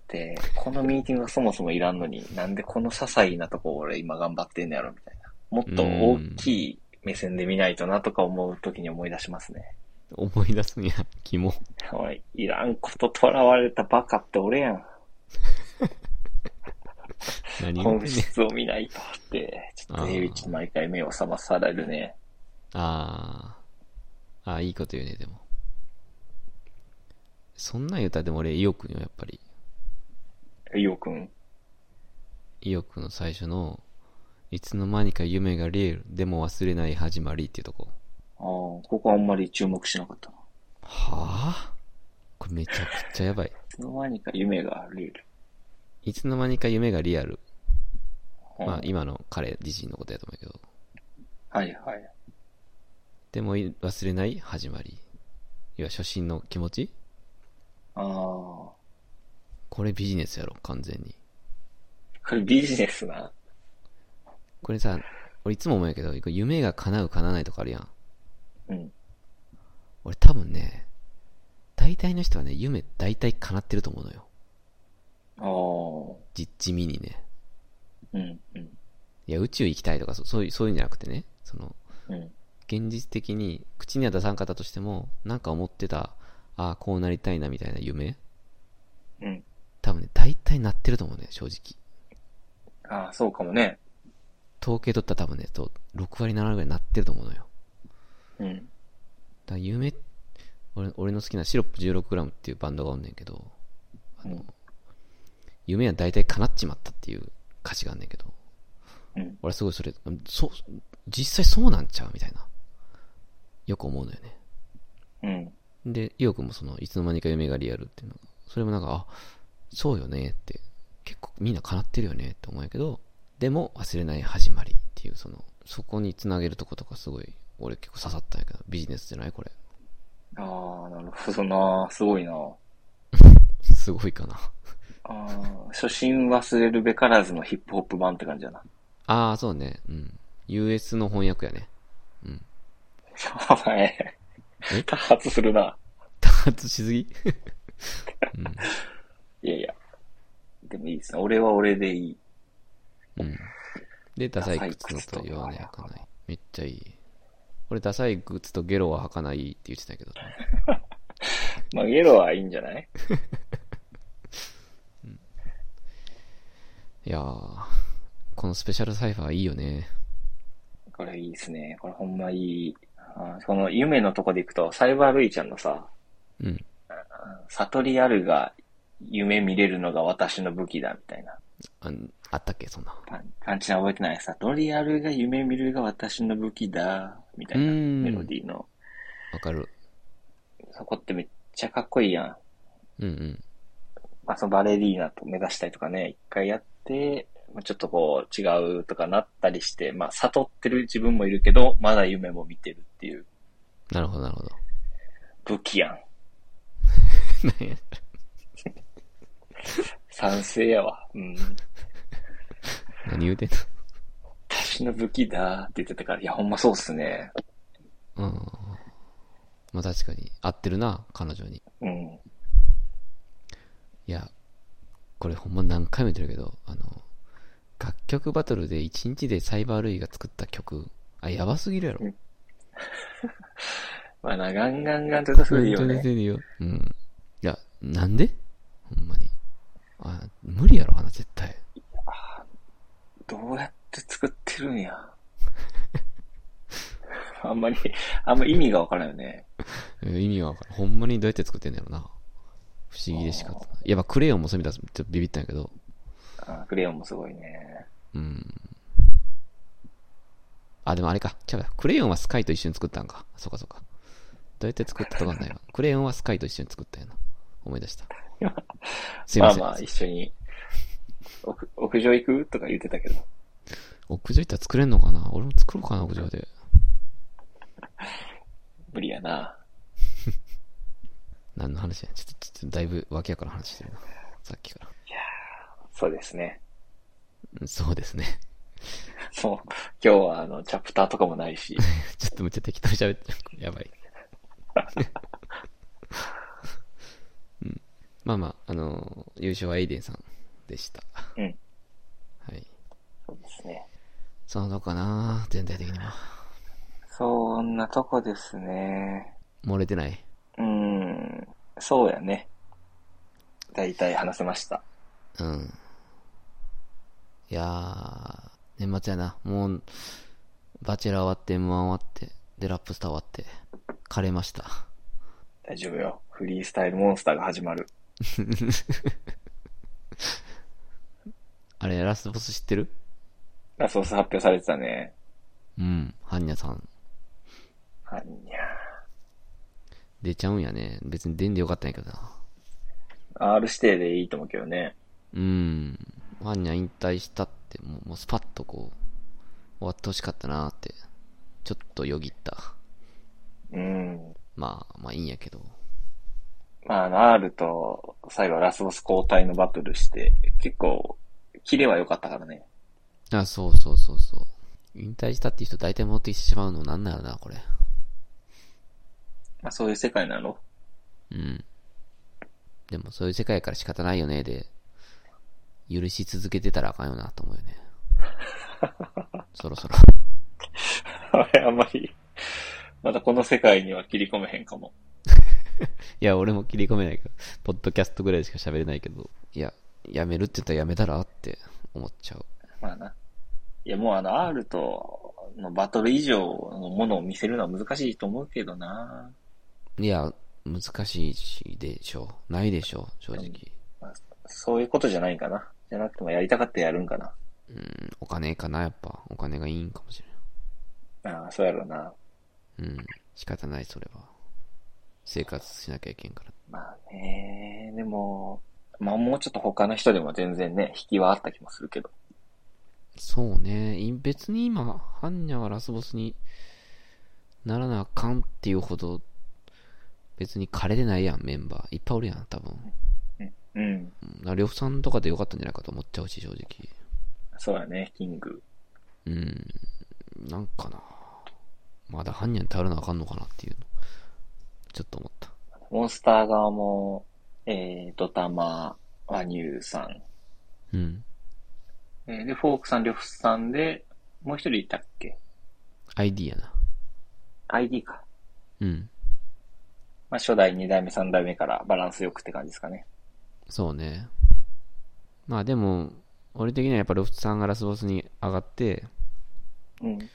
S2: で、このミーティングがそもそもいらんのに、なんでこの些細なとこ俺今頑張ってんのやろみたいな。もっと大きい目線で見ないとなとか思う時に思い出しますね。
S1: 思い出すんや。 肝。
S2: おい、いらんこと囚われたバカって俺やん。
S1: 何言うて
S2: 本
S1: んねん。
S2: 質を見ないとって、ちょっと
S1: あー
S2: エイウィッチに毎回目を覚まされるね。
S1: あー。あー、いいこと言うね、でも。そんなん言うたらでも俺、イオくんよ、やっぱり。
S2: イオくん。
S1: 意欲の最初の、いつの間にか夢がリアル、でも忘れない始まりっていうとこ。
S2: ああ、ここはあんまり注目しなかったな。い
S1: はぁこれめちゃくちゃやばい。
S2: つの間にか夢がリール。
S1: いつの間にか夢がリアル。
S2: うん
S1: まあ今の彼自身のことやと思うけど。
S2: はいはい。
S1: でもい忘れない始まり。要は初心の気持ち
S2: ああ、
S1: これビジネスやろ、完全に。
S2: これビジネスな。
S1: これさ、俺いつも思うんやけど、夢が叶う叶わないとかあるやん。
S2: うん。
S1: 俺多分ね、大体の人はね、夢大体叶ってると思うのよ。
S2: ああ、う
S1: じ、地味にね。
S2: ん、うん、
S1: いや、宇宙行きたいとか、そそういう、そういうんじゃなくてね、その、
S2: うん。
S1: 現実的に口には出さんかったとしても、なんか思ってた、ああ、こうなりたいなみたいな夢、
S2: うん。
S1: 多分ね、大体なってると思うね、正直。
S2: ああ、そうかもね。
S1: 統計取ったら多分ね、と6割7割ぐらいなってると思うのよ。
S2: うん。
S1: だから夢、俺俺の好きなシロップ 16g っていうバンドがおんねんけど、あの、
S2: うん
S1: 夢は大体叶っちまったっていう歌詞があんねんけど、
S2: うん。
S1: 俺はすごいそれ、そう、実際そうなんちゃうみたいな。よく思うのよね。
S2: うん。
S1: で、イオくんもその、いつの間にか夢がリアルっていうのが、それもなんか、あ、そうよねって、結構みんな叶ってるよねって思うんやけど、でも忘れない始まりっていう、その、そこにつなげるとことかすごい、俺結構刺さったんやけど、ビジネスじゃないこれ。
S2: ああ、なるほどな。すごいな。
S1: すごいかな。
S2: ああ、初心忘れるべからずのヒップホップ版って感じだな。
S1: あー、そうね。うん。US の翻訳やね。うん。
S2: お前、多発するな。
S1: 多発しすぎ う
S2: いやいや。でもいいですね。俺は俺でいい。
S1: ん。うん。で、ダサい靴のと言わない履かない。めっちゃいい。俺、ダサい靴とゲロは履かないって言ってたけど。
S2: まあ、イエローはいいんじゃない
S1: いやー、このスペシャルサイファーいいよね。
S2: これいいですね。これほんまいい。あーこの夢のとこで行くと、サイバールイちゃんのさ、
S1: うん。
S2: 悟りあるが夢見れるのが私の武器だみたいな。
S1: ああったっけ、そんな。
S2: パンパンチラ覚えてない。悟りあるが夢見るが私の武器だみたいうな
S1: ーん
S2: メロディーの。
S1: わかる。
S2: そこってめっちゃかっこいいやん。
S1: うんうん。
S2: まあ、そのバレリーナと目指したりとかね、一回やって、まあちょっとこう違うとかなったりして、まあ悟ってる自分もいるけど、まだ夢も見てるっていう
S1: なるほど、なる ほど。
S2: 武器やん。
S1: なんや
S2: 賛成やわ。うん。
S1: 何言うてん
S2: 私の武器だーって言ってたから、いや、ほんまそうっすね。
S1: のうん。まあ確かに、合ってるな、彼女に。
S2: うん。
S1: いや、これほんま何回も言ってるけど、あの、楽曲バトルで1日でサイバールイが作った曲、あ、やばすぎるやろ。
S2: まあな、ガンガンガンって歌するいいよ
S1: 本当に
S2: ね。
S1: 出るよ。うん。いや、なんでほんまに。あ、無理やろ、あな、絶対。
S2: どうやって作ってるんや。 あんまり、あんま意味がわからんよね。
S1: 意味はわからん。ほんまにどうやって作ってんのやろな。不思議でしかった。いや、まあ、クレヨンもそう見たらちょっとビビったんやけど。
S2: あクレヨンもすごいね。
S1: うん。あ、でもあれか。違うわクレヨンはスカイと一緒に作ったんか。そうかそうか。どうやって作ったかわかんないわ。クレヨンはスカイと一緒に作ったんやな。思い出 した。すいません。
S2: まあまあ、一緒に、屋屋上行くとか言ってたけど。
S1: 屋上行ったら作れんのかな俺も作ろうかな、屋上で。
S2: 無理やな。
S1: 何の話やちょっと、ちょっとだいぶ脇やから話してるな。さっきから。
S2: そうですね。
S1: うんそうですね。
S2: もう、今日はあの、チャプターとかもない し。
S1: ちょっとめっちゃ適当に喋ってる。やばい。 うん、まあまあ、あのー優勝はエイデンさんでした。
S2: うん。
S1: はい。
S2: そうですね。
S1: そのとこかな全体的には。
S2: そんなとこですね。
S1: 漏れてない。
S2: うん、そうやね。だいたい話せました。
S1: うん。いやー、年末やな。もう、バチェラー終わって、M1 終わって、で、ラップスター終わって、枯れました。
S2: 大丈夫よ。フリースタイルモンスターが始まる。
S1: あれ、ラスボス知ってる
S2: ラソース発表されてたね。
S1: うん。ハンニャさん。
S2: はんに
S1: 出ちゃうんやね。別に出んでよかったんやけどな。
S2: ゃ。R 指定でいいと思うけどね。
S1: うん。ファンニャ引退したって、もうもうスパッとこう、終わってほしかったなーって、ちょっとよぎった。
S2: うん。
S1: まあ、まあいいんやけど。
S2: まああの、R と最後ラスボス交代のバトルして、結構、キレは良かったからね。
S1: あ、そうそうそうそう。引退したっていう人大体戻ってきてしまうのなんならな、これ。
S2: まあそういう世界なの
S1: うん。でもそういう世界やから仕方ないよね、で、許し続けてたらあかんよな、と思うよね。そろそろ。
S2: あ れ、あんまり、またこの世界には切り込めへんかも。
S1: いや、俺も切り込めないけど、ポッドキャストぐらいしか喋れないけど、いや、やめるって言ったらやめたらって思っちゃう。
S2: まあな。いや、もうあの、R とのバトル以上のものを見せるのは難しいと思うけどな。
S1: いや、難しいしでしょう。ないでしょう、正直。
S2: まあそういうことじゃないかな。じゃなくてもやりたかったらやるんかな。
S1: うん、お金かな、やっぱ。お金がいいんかもし
S2: ああ、そうやろうな。
S1: れない。うん、仕方ない、それは。生活しなきゃいけんから。
S2: まあね、でも、まあもうちょっと他の人でも全然ね、引きはあった気もするけど。
S1: そうね。い別に今、ハンニャはラスボスにならなあかんっていうほど、別に枯れてないやん、メンバー。いっぱいおるやん、多分。
S2: うん。
S1: な呂布さんとかでよかったんじゃないかと思っちゃうし、正直。
S2: そうやね、キング。
S1: うん。なんかな。まだ犯人に頼らなあかんのかなっていうの。ちょっと思った。
S2: モンスター側も、えー、ドタマ、和乳さん。
S1: うん。
S2: えーで、フォークさん、リョフさんで、もう一人いたっけ
S1: ID やな。
S2: ?ID か。
S1: うん。
S2: まあ、初代、二代目、三代目からバランスよくって感じですかね。
S1: そうね。まあでも、俺的にはやっぱロフトさんがラスボスに上がって、
S2: うん。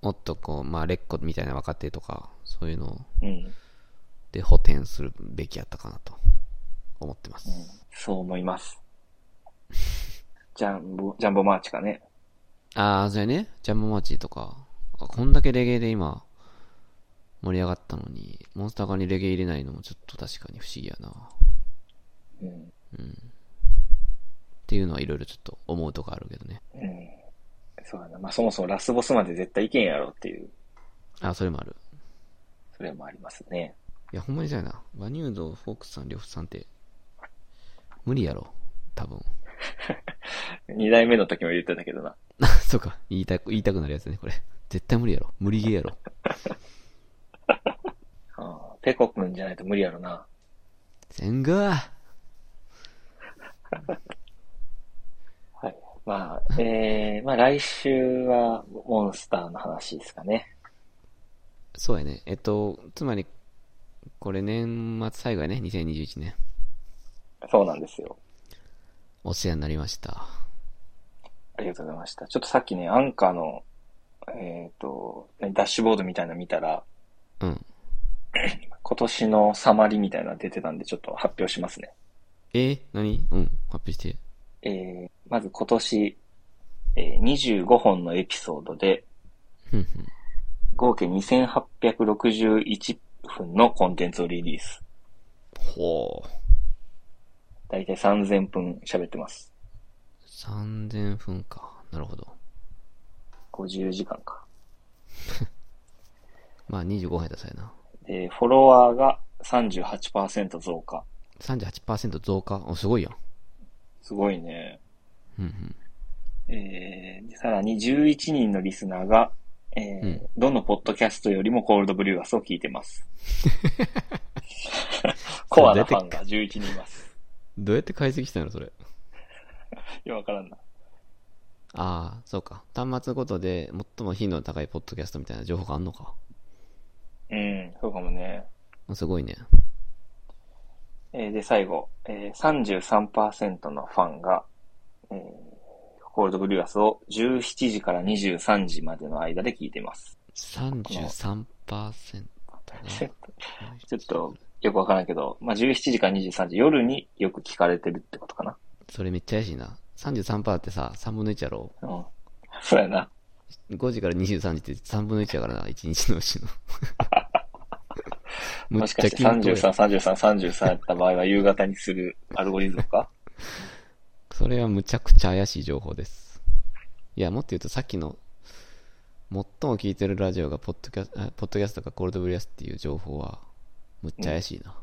S1: もっとこう、まあ、レッコみたいな若手とか、そういうの
S2: うん。
S1: で補填するべきやったかなと思ってます。
S2: そう思います。ジャンボ、ジャンボマーチかね。
S1: ああ、それね、ジャムマーチとか、あこんだけレゲエで今、盛り上がったのに、モンスター側にレゲエ入れないのもちょっと確かに不思議やな。
S2: うん。
S1: っていうのはいろいろちょっと思うとこあるけどね。
S2: うん。そうだな。まあ、そもそもラスボスまで絶対いけんやろっていう、
S1: あ、それもある。
S2: それもありますね。
S1: いや、ほんまにそうやな。バニュード、フォークスさん、リョフさんって、無理やろ。多分。
S2: 二代目の時も言ってたけどな。
S1: あそうか。言いたく、言いたくなるやつね、これ。絶対無理やろ。無理ゲーやろ。
S2: うんペコくんじゃないと無理やろな。
S1: せんが
S2: はい。まあ、えー、まあ来週はモンスターの話ですかね。
S1: そうやね。えっと、つまり、これ年末最後やね、2021年。
S2: そうなんですよ。
S1: お世話になりました。
S2: ありがとうございました。ちょっとさっきね、アンカーの、えっ、と、ダッシュボードみたいなの見たら、
S1: うん。
S2: 今年のサマリみたいなの出てたんで、ちょっと発表しますね。
S1: えー、何うん、発表して。
S2: えー、まず今年、えー25本のエピソードで、
S1: ふんふん。
S2: 合計2861分のコンテンツをリリース。
S1: ほう。
S2: だいたい3000分喋ってます。
S1: 3000分か。なるほど。
S2: 50時間か。
S1: まあ25分やったそうやな。
S2: で、フォロワーが38%増加。
S1: 38%増加お、すごいやん。
S2: すごいね。
S1: うんうん。
S2: えー、でさらに11人のリスナーが、えー
S1: うん
S2: どのポッドキャストよりもコールドブリューアスを聞い てます。コアなファンが11人います。
S1: どうやって解析したのそれ。
S2: いや、わからんな。
S1: ああ、そうか。端末ごとで最も頻度の高いポッドキャストみたいな情報があんのか。
S2: うん、そうかもね。
S1: すごいね。
S2: えーで、最後、えー、33%のファンが、えーコールドブリューアスを17時から23時までの間で聞いてます。
S1: 33%ね。
S2: ちょっ とちょっと、よくわからんけど、まあ、17時から23時、夜によく聞かれてるってことかな。
S1: それめっちゃ怪しいな。33%ってさ、3分の1やろ。
S2: うん。そうやな。
S1: 5時から23時って3分の1やからな、1日のうち の。む
S2: も
S1: っ
S2: し
S1: ち
S2: か
S1: ゃ
S2: して
S1: 均等や
S2: 33、33、33やった場合は夕方にするアルゴリズムか
S1: それはむちゃくちゃ怪しい情報です。いや、もっと言うとさっきの、最も聞いてるラジオがポッドキャスあポッドキャストかコールドブリュアスっていう情報は、むっちゃ怪しいな。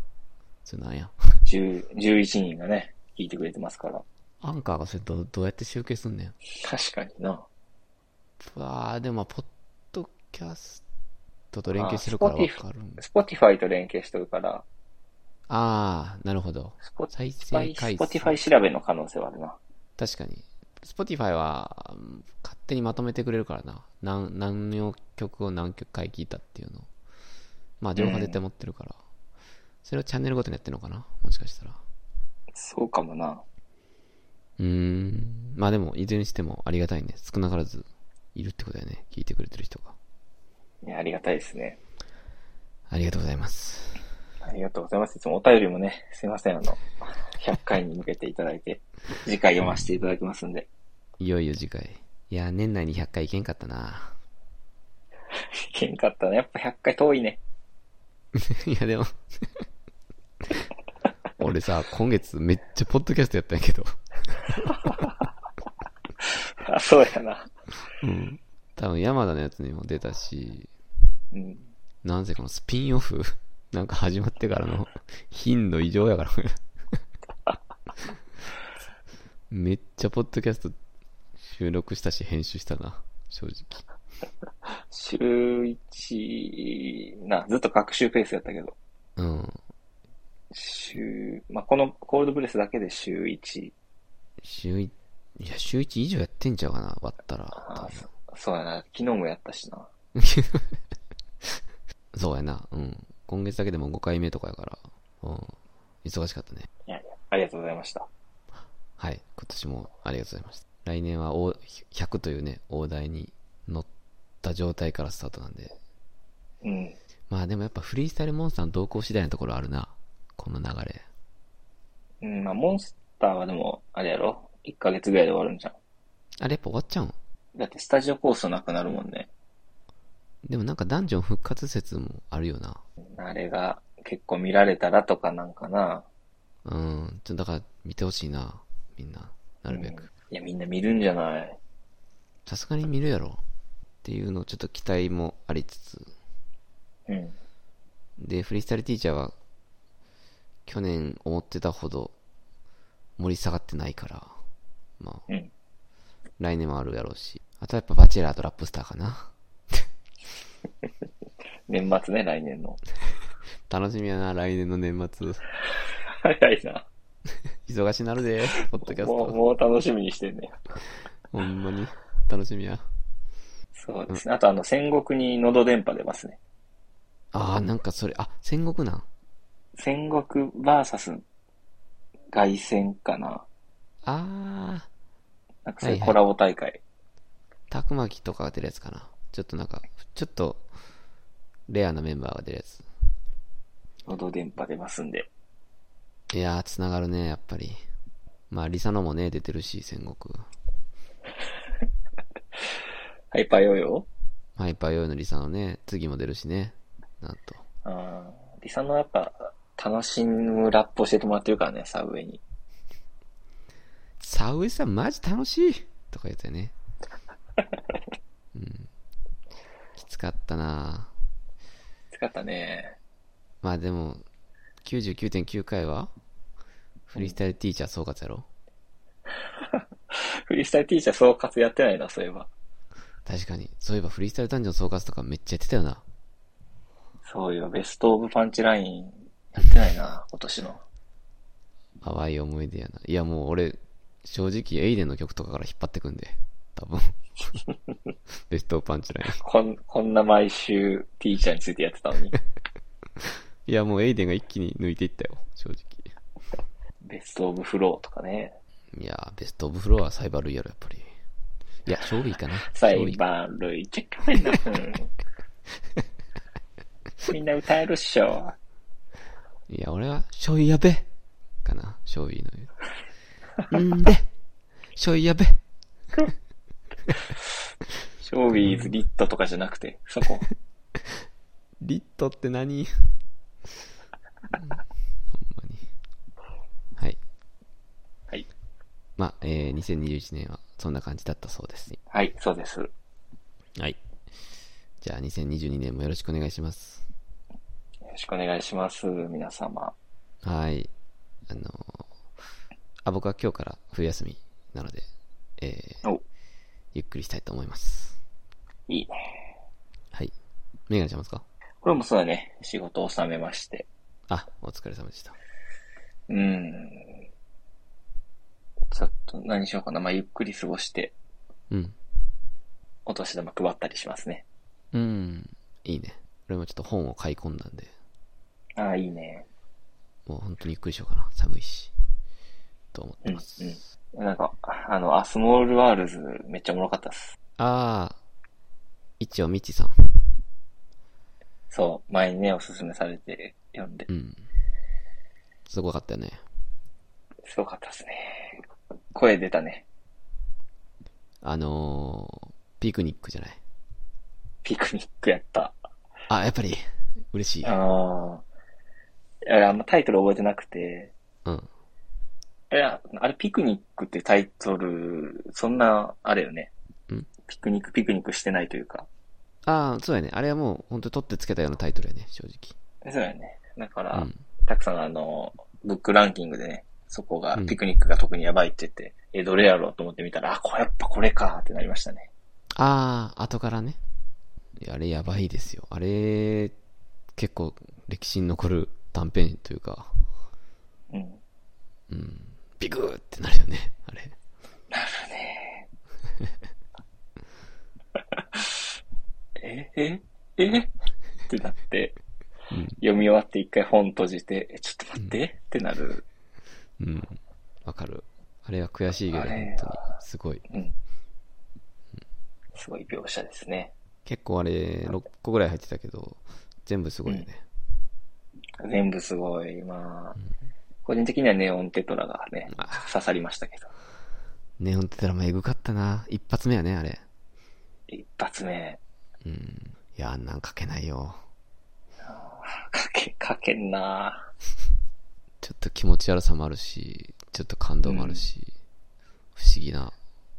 S1: それなんや。
S2: 10 ?11 人がね、聞いてくれてますから。
S1: アンカーがそれどどうやって集計すんねん。
S2: 確かにな。
S1: うわー、でもまあ、ポッドキャストと連携してるからわかるんです。
S2: Spotify と連携してるから、
S1: あー、なるほど。再生
S2: Spotify
S1: 回数
S2: Spotify 調べの可能性はあるな。
S1: 確かに。Spotify は、うん勝手にまとめてくれるからな。何、何の曲を何曲回聴いたっていうのを。まあ、情報は絶対持ってるから。それをチャンネルごとにやってるのかなもしかしたら。
S2: そうかもな。
S1: うーん。まあでも、いずれにしてもありがたいね。少なからずいるってことだよね。聞いてくれてる人が。
S2: いや、ありがたいですね。
S1: ありがとうございます。
S2: ありがとうございます。いつもお便りもね、すいません、あの、100回に向けていただいて、次回読ませていただきますんで。
S1: いよいよ次回。いや、年内に100回いけんかったな。
S2: いけんかったね。やっぱ100回遠いね。
S1: いや、でも。俺さ、今月めっちゃポッドキャストやったんやけど。
S2: あ、そうやな。
S1: うん。多分山田のやつにも出たし、
S2: うん。
S1: なんせこのスピンオフ、 なんか始まってからの頻度異常やから。 めっちゃポッドキャスト収録したし編集したな、正直。
S2: 週1、な、ずっと学習ペースやったけど、
S1: うん。
S2: 週、まあ、このコールドブレスだけで週1、
S1: 週一、いや、週一以上やってんちゃうかな、割った
S2: あ
S1: ら。
S2: ーそうやな、昨日もやったしな。
S1: そうやな、うん。今月だけでも5回目とかやから、うん。忙しかったね。
S2: いやいや、ありがとうございました。
S1: はい、今年もありがとうございました。来年は大100というね、大台に乗った状態からスタートなんで。
S2: うん。
S1: まあでもやっぱフリースタイルモンスターの動向次第なところあるな。この流れ。
S2: うん、まあ、モンスターはでも、あれやろ ?1 ヶ月ぐらいで終わるんじゃん。
S1: あれやっぱ終わっちゃうん
S2: だってスタジオコースなくなるもんね。
S1: でもなんかダンジョン復活説もあるよな。
S2: あれが結構見られたらとかなんかな。
S1: うん。ちょっとだから見てほしいな。みんな。なるべ
S2: うん
S1: く。
S2: いや、みんな見るんじゃない
S1: さすがに見るやろ。っていうのをちょっと期待もありつつ。
S2: うん。
S1: で、フリースタイルティーチャーは、去年思ってたほど盛り下がってないから、まあ、
S2: うん
S1: 来年もあるやろうし。あとはやっぱバチェラーとラップスターかな。
S2: 年末ね、来年の。
S1: 楽しみやな、来年の年末。
S2: 早いな。
S1: 忙しなる で、ポッドキャス
S2: もう、
S1: ト。
S2: もう楽しみにしてんね。
S1: ほんまに。楽しみや。
S2: そうですね。あと、あの、戦国に喉電波出ますね。
S1: ああ、なんかそれ、あ、戦国なん。
S2: 戦国バーサス外戦かな。
S1: ああ、
S2: なんかそう
S1: はい
S2: い
S1: うはい
S2: コラボ大会。
S1: たくまきとかが出るやつかな。ちょっとなんか、ちょっと、レアなメンバーが出るやつ。
S2: のど電波出ますんで。
S1: いやー、つながるね、やっぱり。まあ、リサノもね、出てるし、戦国。
S2: ハイパーヨーヨ
S1: ハイパーヨーヨーのリサノね、次も出るしね。なんと。
S2: ーあーリサのやっぱ、楽しむラップを教えてもらってるからね、サブウェイに。
S1: サウエさんマジ楽しいとか言ってたよね。うん。きつかったなぁ
S2: 使ったね。
S1: まあでも、99.9回はフリースタイルティーチャー総括やろ
S2: フリースタイルティーチャー総括やってないな、そういえば。
S1: 確かに。そういえばフリースタイルダンジョン総括とかめっちゃやってたよな。
S2: そういえば、ベストオブパンチラインやってないな、今年の。
S1: 淡い思い出やな。いやもう俺、正直エイデンの曲とかから引っ張ってくんで。多 分。ベストパンチライン。
S2: こん、こんな毎週、ティーチャーについてやって たのに。
S1: いやもうエイデンが一気に抜いていったよ。正直。
S2: ベストオブフローとかね。
S1: いやー、ベストオブフロアはサイバールイやろ、やっぱり。いや、勝利かな。
S2: サ
S1: 勝
S2: イ
S1: 利
S2: バールイチェックメンだ。うんみんな歌えるっしょ。
S1: いや、俺は、醤油やべかな、醤油の言う。んで、醤油やべ
S2: ショービーズリットとかじゃなくて、そこ。
S1: リットって何ほんまに。はい。
S2: はい。
S1: まあ、えー、2021年はそんな感じだったそうです。
S2: はい、そうです。
S1: はい。じゃあ、2022年もよろしくお願いします。
S2: よろしくお願いします、皆様。
S1: はい。あのーあ、僕は今日から冬休みなので、えー
S2: お、
S1: ゆっくりしたいと思います。
S2: いいね。
S1: はい。メガネちゃんますか
S2: これもそうだね。仕事を収めまして。
S1: あ、お疲れ様でした。
S2: うん。ちょっと何しようかな。まあ、ゆっくり過ごして、
S1: うん。
S2: お年玉配ったりしますね。
S1: うん。いいね。俺もちょっと本を買い込んだんで、
S2: ああ、いいね。
S1: もう本当にゆっくりしようかな。寒いし。と思ってます。
S2: うんうんなんか、あの、アスモールワールズ、めっちゃおもろかったっす。
S1: あー、一応みちさん。
S2: そう、前にね、おすすめされて読んで
S1: う、ん。すごかったよね。
S2: すごかったっすね。声出たね。
S1: あのー、ピクニックじゃない。
S2: ピクニックやった。
S1: あ、やっぱり、嬉しい。
S2: ああ。あれ、あんまタイトル覚えてなくて、
S1: うん。
S2: いや、あれ、ピクニックってタイトル、そんな、あれよね。
S1: ん
S2: ピクニック、ピクニックしてないというか。
S1: あー、そうやね。あれはもう本当取ってつけたようなタイトルやね、正
S2: そうやね。だか
S1: 直。
S2: ら、
S1: うん。
S2: たくさんあの、ブックランキングでね、そこが
S1: う、ん
S2: ピクニックが特にやばいって言って、え、どれやろうと思ってみたら、あ、これやっぱこれかってなりましたね。
S1: あー、後からね。いやあれやばいですよ。あれ、結構歴史に残る短編というか、
S2: うん。
S1: うん。ビクーってなるよね、あれ。
S2: え、え、えってなって、
S1: うん
S2: 読み終わって一回本閉じて、え、ちょっと待って、ってなる。
S1: うん。わかる。あれは悔しいけど、
S2: あれ
S1: 本
S2: は
S1: 当に。すごい。
S2: うん。すごい描写ですね。
S1: 結構あれ、6個ぐらい入ってたけど、全部すごいよね。
S2: 全部すごい。まあ、個人的にはネオンテトラがね、
S1: あ
S2: 刺さりましたけど。
S1: ネオンってドラマエグかったな。一発目やね、あれ。
S2: 一発目、
S1: うん。いや、あんなん書けないよ。
S2: かけ、かけんな
S1: ちょっと気持ち悪さもあるし、ちょっと感動もあるし、不思議な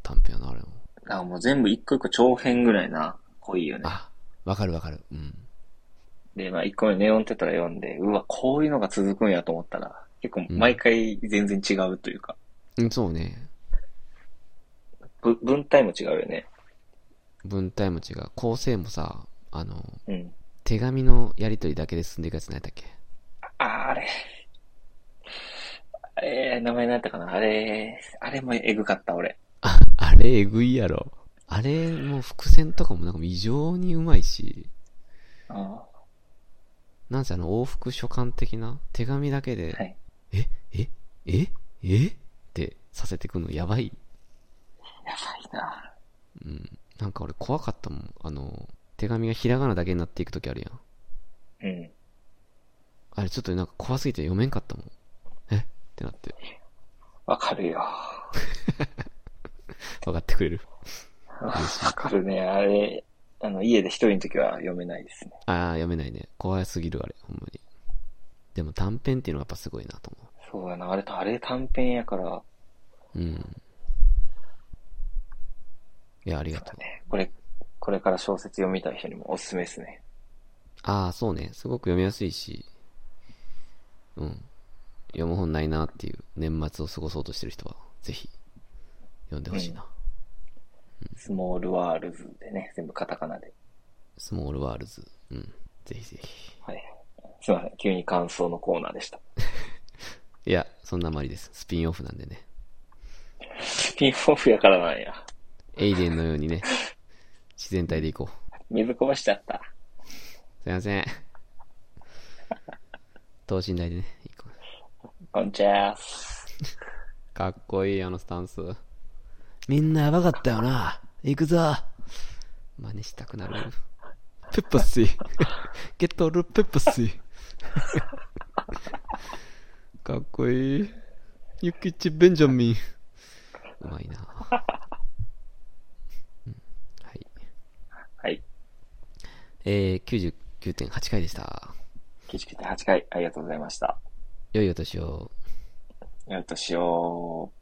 S1: 短編やな、あれも。
S2: あもう全部一個一個長編ぐらいな、濃いよね。
S1: あ、わかるわかる。うん。
S2: で、まあ一個目ネオンテトラ読んで、うわ、こういうのが続くんやと思ったら、結構毎回全然違うというか、
S1: うん、そうね。
S2: ぶ文体も違うよね。
S1: 文体も違う。構成もさ、あの、
S2: うん。
S1: 手紙のやりとりだけで進んでいくやつ何やったっけ
S2: ああれ。あれ、名前なんやったかなあれ、あれもエグかった、俺。
S1: あ、あれ、えぐいやろ。あれ、もう伏線とかもなんか異常にうまいし、
S2: あ
S1: なんせあの往復書簡的な手紙だけで、
S2: はい。
S1: ええええってさせてくのやばい。
S2: やばいな
S1: うん。なんか俺怖かったもん。あの、手紙がひらがなだけになっていくときあるやん。
S2: うん。
S1: あれちょっとなんか怖すぎて読めんかったもん。えってなって。
S2: わかるよ。
S1: 分かってくれる。
S2: わかるね。あれ、あの、家で一人の時は読めないですね。
S1: ああ、読めないね。怖すぎるあれ、ほんまに。でも短編っていうのはやっぱすごいなと思
S2: そうやな。あれと、あれ短編やから、
S1: う。うん。いや、ありがとう。
S2: ね、これ、これから小説読みたい人にもおすすめですね。
S1: ああ、そうね。すごく読みやすいし、うん。読む本ないなっていう年末を過ごそうとしてる人は、ぜひ、読んでほしいな。
S2: スモールワールズでね、全部カタカナで。
S1: スモールワールズ。うん。ぜひぜひ。
S2: はい。すいません。急に感想のコーナーでした。
S1: いや、そんなあまりです。スピンオフなんでね。
S2: スピンオフやからなんや。
S1: エイデンのようにね、自然体でいこう。
S2: 水こぼしちゃった。
S1: すいません。等身大でね、いこう。
S2: こんちゃーす。
S1: かっこいい、あのスタンス。みんなやばかったよな。行くぞ。真似したくなる。ペッパシー。ゲットルペッパシー。かっこいい。ユキチ・ベンジャミン。うまいな。うんはい。
S2: はい。
S1: えー、99.8回でした。
S2: 99.8回、ありがとうございました。
S1: 良いお年を。
S2: やっとしよう。